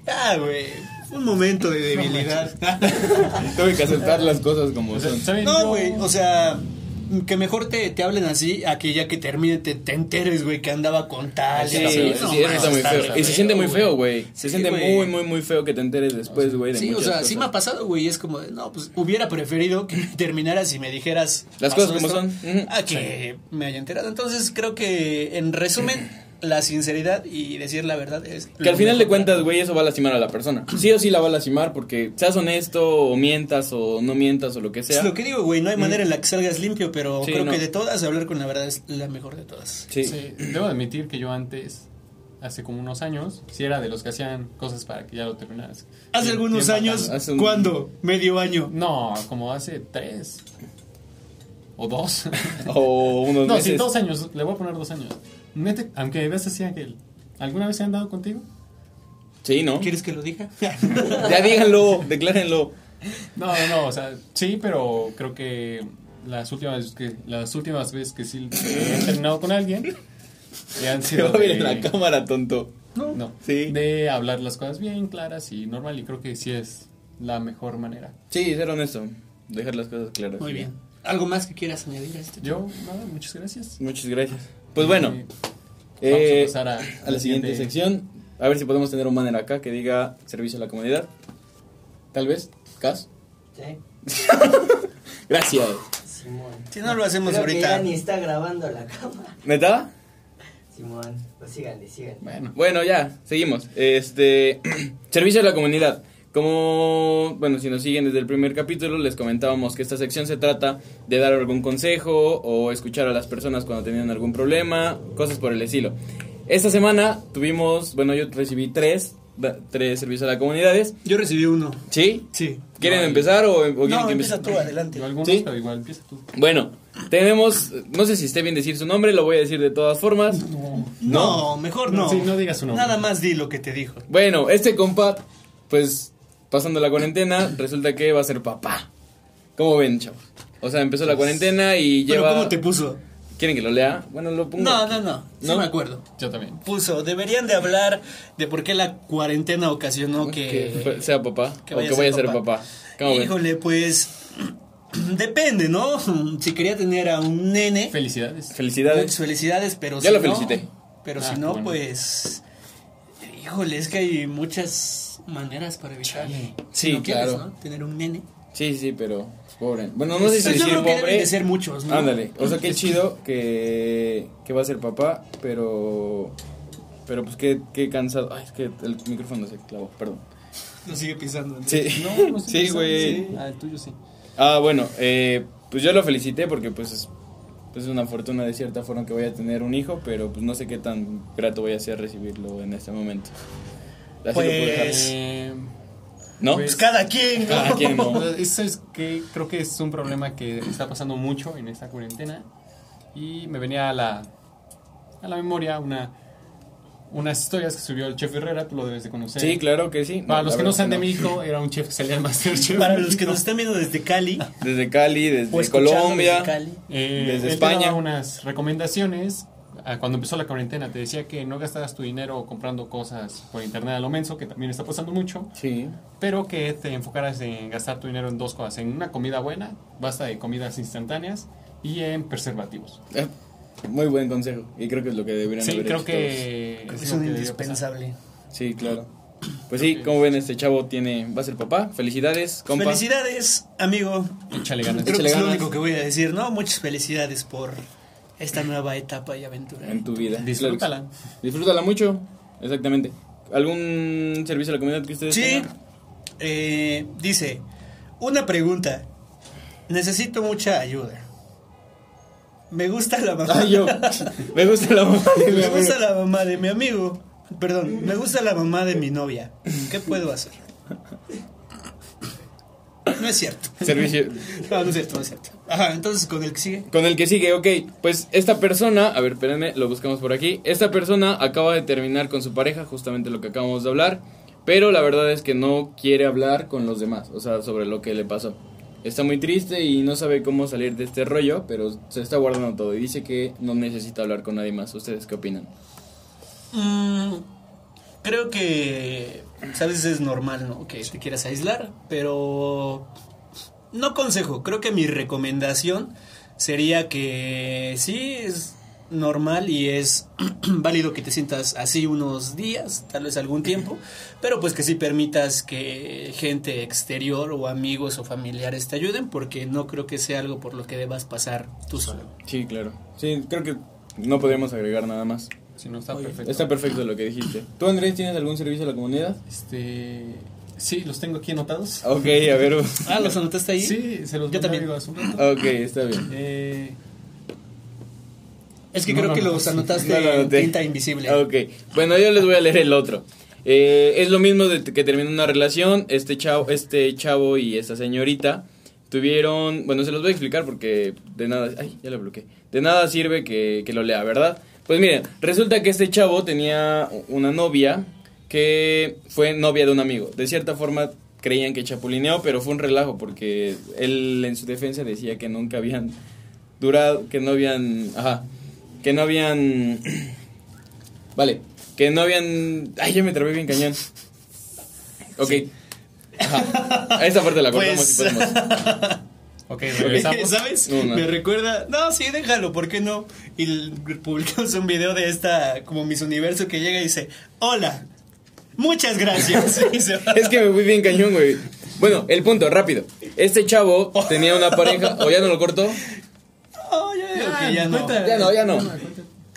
Speaker 1: Ah, güey. Fue un momento de debilidad.
Speaker 2: Tuve que aceptar las cosas como
Speaker 3: O sea,
Speaker 2: son.
Speaker 3: ¿saben?
Speaker 1: No,
Speaker 3: Yo-
Speaker 1: güey, o sea, que mejor te, te hablen así a que ya que termine te, te enteres, güey, que andaba con tal.
Speaker 2: Sí,
Speaker 1: y así.
Speaker 2: sí,
Speaker 1: No,
Speaker 2: sí, eso
Speaker 1: mames,
Speaker 2: está muy
Speaker 1: está
Speaker 2: feo.
Speaker 1: re
Speaker 2: Y se siente muy feo, güey.
Speaker 1: Sí,
Speaker 2: Se siente
Speaker 1: güey.
Speaker 2: muy, muy, muy feo que te enteres después, güey. de
Speaker 1: Sí, o
Speaker 2: muchas
Speaker 1: sea,
Speaker 2: cosas.
Speaker 1: sí me ha pasado, güey. Es como, de, no, pues hubiera preferido que terminaras y me dijeras
Speaker 2: Las
Speaker 1: pasó
Speaker 2: cosas como son. Ujú.
Speaker 1: A que me haya enterado. Entonces creo que, en resumen, la sinceridad y decir la verdad es.
Speaker 2: Que al final de cuentas, güey, eso va a lastimar a la persona. Sí o sí la va a lastimar porque seas honesto o mientas o no mientas o lo que sea.
Speaker 1: Es lo que digo, güey. No hay manera en la que salgas limpio, pero
Speaker 2: Sí,
Speaker 1: creo
Speaker 2: no.
Speaker 1: que de todas, hablar con la verdad es la mejor de todas.
Speaker 2: Sí.
Speaker 3: Sí, debo admitir que yo antes, hace como unos años, sí era de los que hacían cosas para que ya lo terminaras.
Speaker 1: Hace
Speaker 3: Bien-
Speaker 1: algunos
Speaker 3: bien
Speaker 1: años,
Speaker 3: bacano.
Speaker 2: Hace un-
Speaker 1: ¿cuándo? Medio año.
Speaker 3: No, como hace tres. O dos.
Speaker 2: O unos
Speaker 3: no, sí,
Speaker 2: meses.
Speaker 3: dos años. Le voy a poner dos años. Neta, aunque veas así aquel. ¿Alguna vez se han dado contigo?
Speaker 2: Sí, ¿no?
Speaker 1: ¿Quieres que lo diga?
Speaker 2: Ya díganlo, declárenlo.
Speaker 3: No, no, no, o sea, sí, pero creo que las últimas que las últimas veces que sí he terminado con alguien eh, han
Speaker 2: Se va
Speaker 3: sido
Speaker 2: a ver
Speaker 3: de,
Speaker 2: en la cámara, tonto.
Speaker 3: no,
Speaker 2: Sí.
Speaker 3: de hablar las cosas bien claras y normal y creo que sí es la mejor manera.
Speaker 2: Sí, ser honesto. Dejar las cosas claras.
Speaker 1: Muy
Speaker 2: Ya.
Speaker 1: bien. ¿Algo más que quieras añadir a este?
Speaker 3: Yo, nada, muchas gracias.
Speaker 2: Muchas gracias. Pues bueno,
Speaker 3: Y
Speaker 2: eh,
Speaker 3: vamos a pasar a,
Speaker 2: a la siguiente sección. A ver si podemos tener un banner acá que diga servicio a la comunidad. Tal vez, Cas.
Speaker 4: Sí,
Speaker 2: Gracias.
Speaker 4: ¿Eh? Simón.
Speaker 1: Si no lo hacemos
Speaker 4: Creo que
Speaker 1: ahorita.
Speaker 4: ya ni está grabando la cámara.
Speaker 2: ¿Neta?
Speaker 4: Simón, pues síganle, síganle.
Speaker 3: Bueno,
Speaker 2: Bueno, ya, seguimos. Este, servicio a la comunidad. Como, bueno, si nos siguen desde el primer capítulo, les comentábamos que esta sección se trata de dar algún consejo o escuchar a las personas cuando tenían algún problema, cosas por el estilo. Esta semana tuvimos, bueno, yo recibí tres, da- tres servicios a la comunidad.
Speaker 1: Yo recibí uno.
Speaker 2: ¿Sí?
Speaker 1: Sí.
Speaker 2: ¿Quieren
Speaker 3: No,
Speaker 2: empezar o, o quieren
Speaker 1: No,
Speaker 2: que
Speaker 1: empieza
Speaker 2: empiece?
Speaker 1: tú, adelante.
Speaker 3: yo algunos,
Speaker 2: ¿Sí?
Speaker 3: pero igual empieza tú.
Speaker 2: Bueno, tenemos, no sé si esté bien decir su nombre, lo voy a decir de todas formas.
Speaker 1: No, mejor no.
Speaker 3: Sí, no digas su nombre.
Speaker 1: Nada más di lo que te dijo.
Speaker 2: Bueno, este compa, pues pasando la cuarentena, resulta que va a ser papá. ¿Cómo ven, chavos? O sea, empezó la cuarentena y
Speaker 1: Pero
Speaker 2: lleva.
Speaker 1: ¿cómo te puso?
Speaker 2: ¿Quieren que lo lea? Bueno, lo pongo.
Speaker 1: No,
Speaker 2: aquí.
Speaker 1: no, no. No
Speaker 2: ¿No?
Speaker 1: me acuerdo.
Speaker 3: Yo también.
Speaker 1: Puso, deberían de hablar de por qué la cuarentena ocasionó
Speaker 2: Que
Speaker 1: que...
Speaker 2: fue- sea papá.
Speaker 1: que
Speaker 2: o
Speaker 1: vaya
Speaker 2: que
Speaker 1: a
Speaker 2: vaya a
Speaker 1: ser
Speaker 2: ser
Speaker 1: papá.
Speaker 2: papá. ¿Cómo ven?
Speaker 1: Híjole, pues... Depende, ¿no? Si quería tener a un nene...
Speaker 3: Felicidades.
Speaker 1: Muchas
Speaker 2: Felicidades.
Speaker 1: felicidades, pero
Speaker 2: Ya
Speaker 1: si no-
Speaker 2: lo felicité.
Speaker 1: pero
Speaker 3: Ah,
Speaker 1: si no,
Speaker 3: bueno.
Speaker 1: pues... Híjole, es que hay muchas maneras para evitar.
Speaker 2: Sí,
Speaker 1: Si no quieres,
Speaker 2: claro.
Speaker 1: ¿no? Tener un nene.
Speaker 2: Sí, sí, pero. Pobre. Bueno, no sé si
Speaker 1: Pues yo
Speaker 2: decir
Speaker 1: creo que deben
Speaker 2: pobre.
Speaker 1: de ser muchos, ¿no?
Speaker 2: Ándale. O sea, qué chido que, que va a ser papá, pero. Pero pues qué, qué cansado. Ay, es que el micrófono se clavó, perdón.
Speaker 1: Lo sigue pisando. ¿no?
Speaker 2: Sí.
Speaker 3: No, no sé
Speaker 2: Sí,
Speaker 3: qué son,
Speaker 2: güey.
Speaker 3: sí. Ah, el tuyo sí.
Speaker 2: Ah, bueno, eh, pues yo lo felicité porque pues es pues es una fortuna de cierta forma que voy a tener un hijo, pero pues no sé qué tan grato voy a ser recibirlo en este momento. Así lo puedo dejar.
Speaker 1: Pues-
Speaker 3: Eh,
Speaker 2: ¿No?
Speaker 1: Pues cada quien, ¿no?
Speaker 2: Cada quien, ¿no?
Speaker 3: Eso es que creo que es un problema que está pasando mucho en esta cuarentena. Y me venía a la, a la memoria una, unas historias que subió el chef Herrera, tú lo debes de conocer.
Speaker 2: Pues, Sí, claro que sí.
Speaker 3: Para
Speaker 2: No,
Speaker 3: los
Speaker 2: la
Speaker 3: que no
Speaker 2: verdad
Speaker 3: sean de México, era un chef que salía al Masterchef.
Speaker 1: Para los que nos están viendo desde Cali
Speaker 3: Ah,
Speaker 2: Desde Cali,
Speaker 1: o
Speaker 2: desde
Speaker 1: escuchando
Speaker 2: Colombia.
Speaker 1: desde Cali.
Speaker 3: Eh,
Speaker 2: Desde
Speaker 3: él
Speaker 2: España.
Speaker 3: Te daba unas recomendaciones. ah, Cuando empezó la cuarentena, te decía que no gastaras tu dinero comprando cosas por internet a lo menso, que también está pasando mucho.
Speaker 2: Sí.
Speaker 3: pero que te enfocaras en gastar tu dinero en dos cosas, en una comida buena, basta de comidas instantáneas y en preservativos.
Speaker 2: Eh, Muy buen consejo. Y creo que es lo que deberían
Speaker 3: Sí,
Speaker 2: haber
Speaker 3: creo
Speaker 2: hecho
Speaker 3: que
Speaker 1: Es,
Speaker 3: es lo
Speaker 1: un
Speaker 3: que debió
Speaker 1: indispensable.
Speaker 2: todos. Sí, claro. Pues sí, como ven, este chavo tiene va a ser papá. Felicidades, compa.
Speaker 1: Felicidades, amigo.
Speaker 3: pasar. Échale ganas.
Speaker 1: Creo que
Speaker 2: Échale
Speaker 1: es lo
Speaker 2: ganas.
Speaker 1: único que voy a decir, ¿no? Muchas felicidades por esta nueva etapa y aventura.
Speaker 2: En tu vida.
Speaker 3: Disfrútala.
Speaker 2: Disfrútala mucho. Exactamente. ¿Algún servicio a la comunidad que ustedes
Speaker 1: Sí,
Speaker 2: tengan?
Speaker 1: eh, dice, una pregunta. Necesito mucha ayuda. Me gusta la mamá.
Speaker 2: Ay, Ah, yo. Me gusta la mamá de mi
Speaker 1: Me
Speaker 2: amigo.
Speaker 1: gusta la mamá de mi amigo. Perdón, me gusta la mamá de mi novia. ¿Qué puedo hacer? No es cierto.
Speaker 2: Servicio.
Speaker 1: No, no es cierto, no es cierto. Ajá, entonces con el que sigue.
Speaker 2: Con el que sigue, ok. Pues esta persona, a ver, espérenme, lo buscamos por aquí. Esta persona acaba de terminar con su pareja, justamente lo que acabamos de hablar. Pero la verdad es que no quiere hablar con los demás, o sea, sobre lo que le pasó. Está muy triste y no sabe cómo salir de este rollo, pero se está guardando todo y dice que no necesita hablar con nadie más. ¿Ustedes qué opinan?
Speaker 1: Mm, creo que pues, a veces es normal, ¿no? Que te quieras aislar, pero no consejo. Creo que mi recomendación sería que sí es normal y es válido que te sientas así unos días, tal vez algún tiempo, pero pues que sí permitas que gente exterior o amigos o familiares te ayuden, porque no creo que sea algo por lo que debas pasar tú solo.
Speaker 2: Sí, claro. Sí, creo que no podemos agregar nada más.
Speaker 3: Si no está
Speaker 5: Oye,
Speaker 3: perfecto.
Speaker 2: Está perfecto lo que dijiste. ¿Tú, Andrés, tienes algún servicio a la comunidad?
Speaker 3: Este. Sí, los tengo aquí anotados.
Speaker 2: Ok, a ver.
Speaker 1: Ah, ¿los anotaste ahí?
Speaker 3: Sí, se los
Speaker 1: Yo
Speaker 3: mandé
Speaker 1: también.
Speaker 3: hace un rato.
Speaker 2: Ok, está bien.
Speaker 3: Eh,
Speaker 1: Es que
Speaker 3: No,
Speaker 1: creo
Speaker 3: no,
Speaker 1: que
Speaker 3: no.
Speaker 1: los
Speaker 2: No
Speaker 1: anotaste
Speaker 2: lo
Speaker 1: en
Speaker 2: anoté.
Speaker 1: tinta invisible.
Speaker 2: Ah, Ok, bueno, yo les voy a leer el otro. Eh, es lo mismo de que terminó una relación, este chavo, este chavo y esta señorita tuvieron, bueno, se los voy a explicar porque de nada, ay, ya lo bloqueé, de nada sirve que, que lo lea, ¿verdad? Pues miren, resulta que este chavo tenía una novia que fue novia de un amigo, de cierta forma creían que chapulineó, pero fue un relajo porque él en su defensa decía que nunca habían durado, que no habían, ajá, que no habían Vale, que no habían. Ay, ya me trabé bien cañón. Ok. Ajá. A esta parte la cortamos
Speaker 1: Pues-
Speaker 2: y podemos.
Speaker 3: ok,
Speaker 1: Eh,
Speaker 3: regresamos.
Speaker 1: ¿Sabes?
Speaker 2: No, no.
Speaker 1: Me recuerda. No, sí, déjalo, ¿por qué no? Y l- publicamos un video de esta, como Miss Universo, que llega y dice: Hola, muchas gracias. Y se va.
Speaker 2: Es que me fui bien cañón, güey. Bueno, el punto, rápido. Este chavo tenía una pareja. ¿O ya no lo cortó?
Speaker 1: Oh, ya, ok,
Speaker 3: Ah,
Speaker 1: ya no.
Speaker 3: cuenta.
Speaker 2: Ya no, ya no.
Speaker 3: cuenta.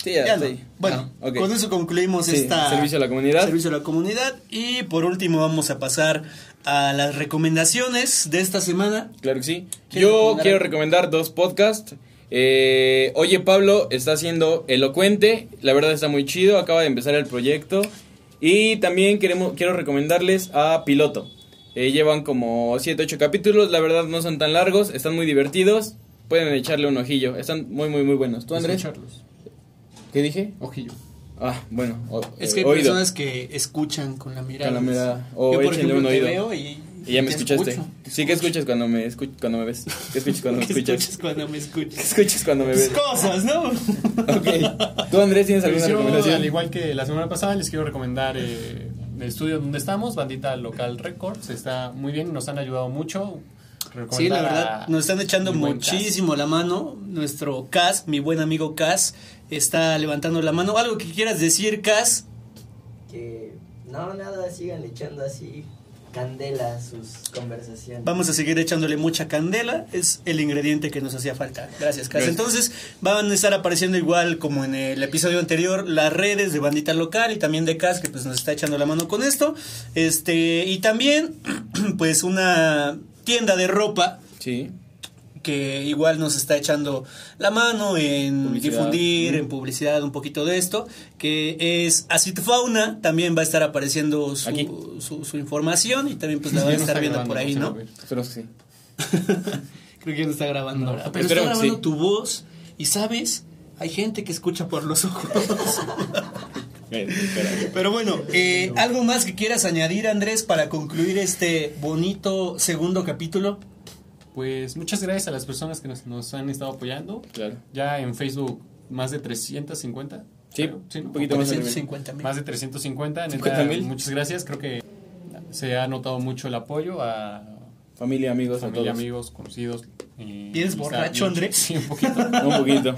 Speaker 2: Sí,
Speaker 1: Ya no.
Speaker 2: sí.
Speaker 1: Bueno,
Speaker 2: Ah, ok.
Speaker 1: con eso concluimos
Speaker 2: Sí,
Speaker 1: esta.
Speaker 2: servicio a la comunidad.
Speaker 1: Servicio a la comunidad. Y por último, vamos a pasar a las recomendaciones de esta semana.
Speaker 2: Claro que sí.
Speaker 1: ¿Quieres
Speaker 2: Yo
Speaker 1: recomendar
Speaker 2: quiero
Speaker 1: algo?
Speaker 2: recomendar dos podcasts. Eh, Oye Pablo está siendo elocuente, la verdad está muy chido, acaba de empezar el proyecto. Y también queremos, quiero recomendarles a Piloto. Eh, llevan como 7, 8 capítulos, la verdad no son tan largos, están muy divertidos, pueden echarle un ojillo, están muy, muy, muy buenos. ¿Tú, Andrés?
Speaker 3: Escucharlos.
Speaker 2: ¿Qué dije?
Speaker 3: Ojillo.
Speaker 2: Ah, bueno, o-
Speaker 1: Es
Speaker 2: eh,
Speaker 1: que hay
Speaker 2: oído.
Speaker 1: personas que escuchan con la mirada.
Speaker 2: Con la mirada. O
Speaker 1: Yo, por
Speaker 2: échenle
Speaker 1: ejemplo,
Speaker 2: un
Speaker 1: te
Speaker 2: oído.
Speaker 1: veo y.
Speaker 2: Y ya me
Speaker 1: te
Speaker 2: escuchaste.
Speaker 1: escucho.
Speaker 2: Sí, que escuchas cuando me, escu- cuando me ves? ¿Qué escuchas cuando me
Speaker 1: ¿Qué
Speaker 2: escuchas?
Speaker 1: escuchas cuando me
Speaker 2: ¿Qué
Speaker 1: escuchas?
Speaker 2: escuchas cuando me ves?
Speaker 1: Cosas, ¿no?
Speaker 2: Ok. ¿Tú, Andrés, tienes alguna
Speaker 3: Pues yo,
Speaker 2: recomendación?
Speaker 3: al igual que la semana pasada, les quiero recomendar eh, el estudio donde estamos, Bandita Local Records. Está muy bien, nos han ayudado mucho. Recomendar
Speaker 1: Sí, la
Speaker 3: a-
Speaker 1: verdad, nos están echando
Speaker 3: mi buen Cas.
Speaker 1: muchísimo la mano. Nuestro Cas, mi buen amigo Cas, está levantando la mano. ¿Algo que quieras decir, Cas?
Speaker 4: Que no, nada, sigan echando así candela a sus conversaciones.
Speaker 1: Vamos a seguir echándole mucha candela. Es el ingrediente que nos hacía falta. Gracias, Cas.
Speaker 2: Gracias.
Speaker 1: Entonces, van a estar apareciendo igual como en el episodio anterior, las redes de Bandita Local y también de Cas, que pues nos está echando la mano con esto. Este, y también, pues, una tienda de ropa
Speaker 2: Sí.
Speaker 1: que igual nos está echando la mano en
Speaker 2: Publicidad.
Speaker 1: difundir,
Speaker 2: Mm.
Speaker 1: en publicidad un poquito de esto, que es Acitfauna, también va a estar apareciendo
Speaker 2: Aquí.
Speaker 1: su, su, su información y también pues
Speaker 3: Ya
Speaker 1: la van a
Speaker 3: no
Speaker 1: estar
Speaker 3: está
Speaker 1: viendo
Speaker 3: grabando,
Speaker 1: por ahí,
Speaker 3: se va a
Speaker 1: ¿no?
Speaker 3: ver.
Speaker 2: Espero que sí.
Speaker 1: Creo que ya no está grabando
Speaker 3: No,
Speaker 1: ahora, Ah, pero
Speaker 2: espero
Speaker 1: está
Speaker 2: que
Speaker 1: grabando
Speaker 2: sí.
Speaker 1: tu voz y sabes, hay gente que escucha por los ojos.
Speaker 2: Eh, espera.
Speaker 1: pero bueno, eh, ¿algo más que quieras añadir Andrés para concluir este bonito segundo capítulo?
Speaker 3: Pues muchas gracias a las personas que nos, nos han estado apoyando.
Speaker 2: Claro.
Speaker 3: Ya en Facebook, más de 350.
Speaker 2: Sí,
Speaker 3: creo, ¿no?
Speaker 2: un poquito más.
Speaker 1: 350 mil.
Speaker 3: Más de 350. neta,
Speaker 2: 50,000.
Speaker 3: muchas gracias. Creo que se ha notado mucho el apoyo a
Speaker 2: Familia, amigos,
Speaker 3: familia,
Speaker 2: a todos.
Speaker 3: amigos, conocidos. eh,
Speaker 1: ¿Vienes
Speaker 3: amistad,
Speaker 1: borracho,
Speaker 3: mucho-
Speaker 1: Andrés?
Speaker 3: Sí, un poquito.
Speaker 2: Un poquito.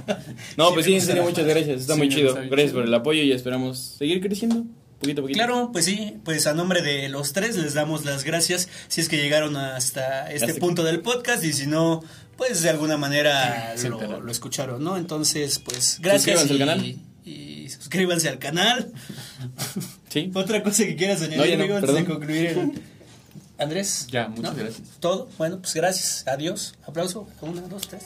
Speaker 2: No,
Speaker 1: Sí,
Speaker 2: pues
Speaker 1: me
Speaker 2: sí, en
Speaker 1: gusta.
Speaker 2: serio, muchas gracias. Está
Speaker 3: Sí,
Speaker 2: muy
Speaker 3: me
Speaker 2: chido.
Speaker 3: gusta bien
Speaker 2: Gracias
Speaker 3: chido.
Speaker 2: por el apoyo y esperamos seguir creciendo. Poquito a poquito.
Speaker 1: Claro, pues sí, pues a nombre de los tres les damos las gracias si es que llegaron hasta este
Speaker 2: Hasta aquí.
Speaker 1: punto del podcast y si no, pues de alguna manera
Speaker 3: Se
Speaker 1: lo,
Speaker 3: enteraron.
Speaker 1: lo escucharon, ¿no? Entonces, pues gracias.
Speaker 2: Suscríbanse
Speaker 1: y,
Speaker 2: al canal.
Speaker 1: Y suscríbanse al canal.
Speaker 2: Sí.
Speaker 1: Otra cosa que quieras añadir,
Speaker 2: No, ya no,
Speaker 1: amigo, antes de
Speaker 2: perdón.
Speaker 1: concluir. el- Andrés.
Speaker 3: Ya, muchas
Speaker 1: ¿no?
Speaker 3: gracias.
Speaker 1: Todo, bueno, pues gracias. Adiós. Aplauso. Una, dos, tres.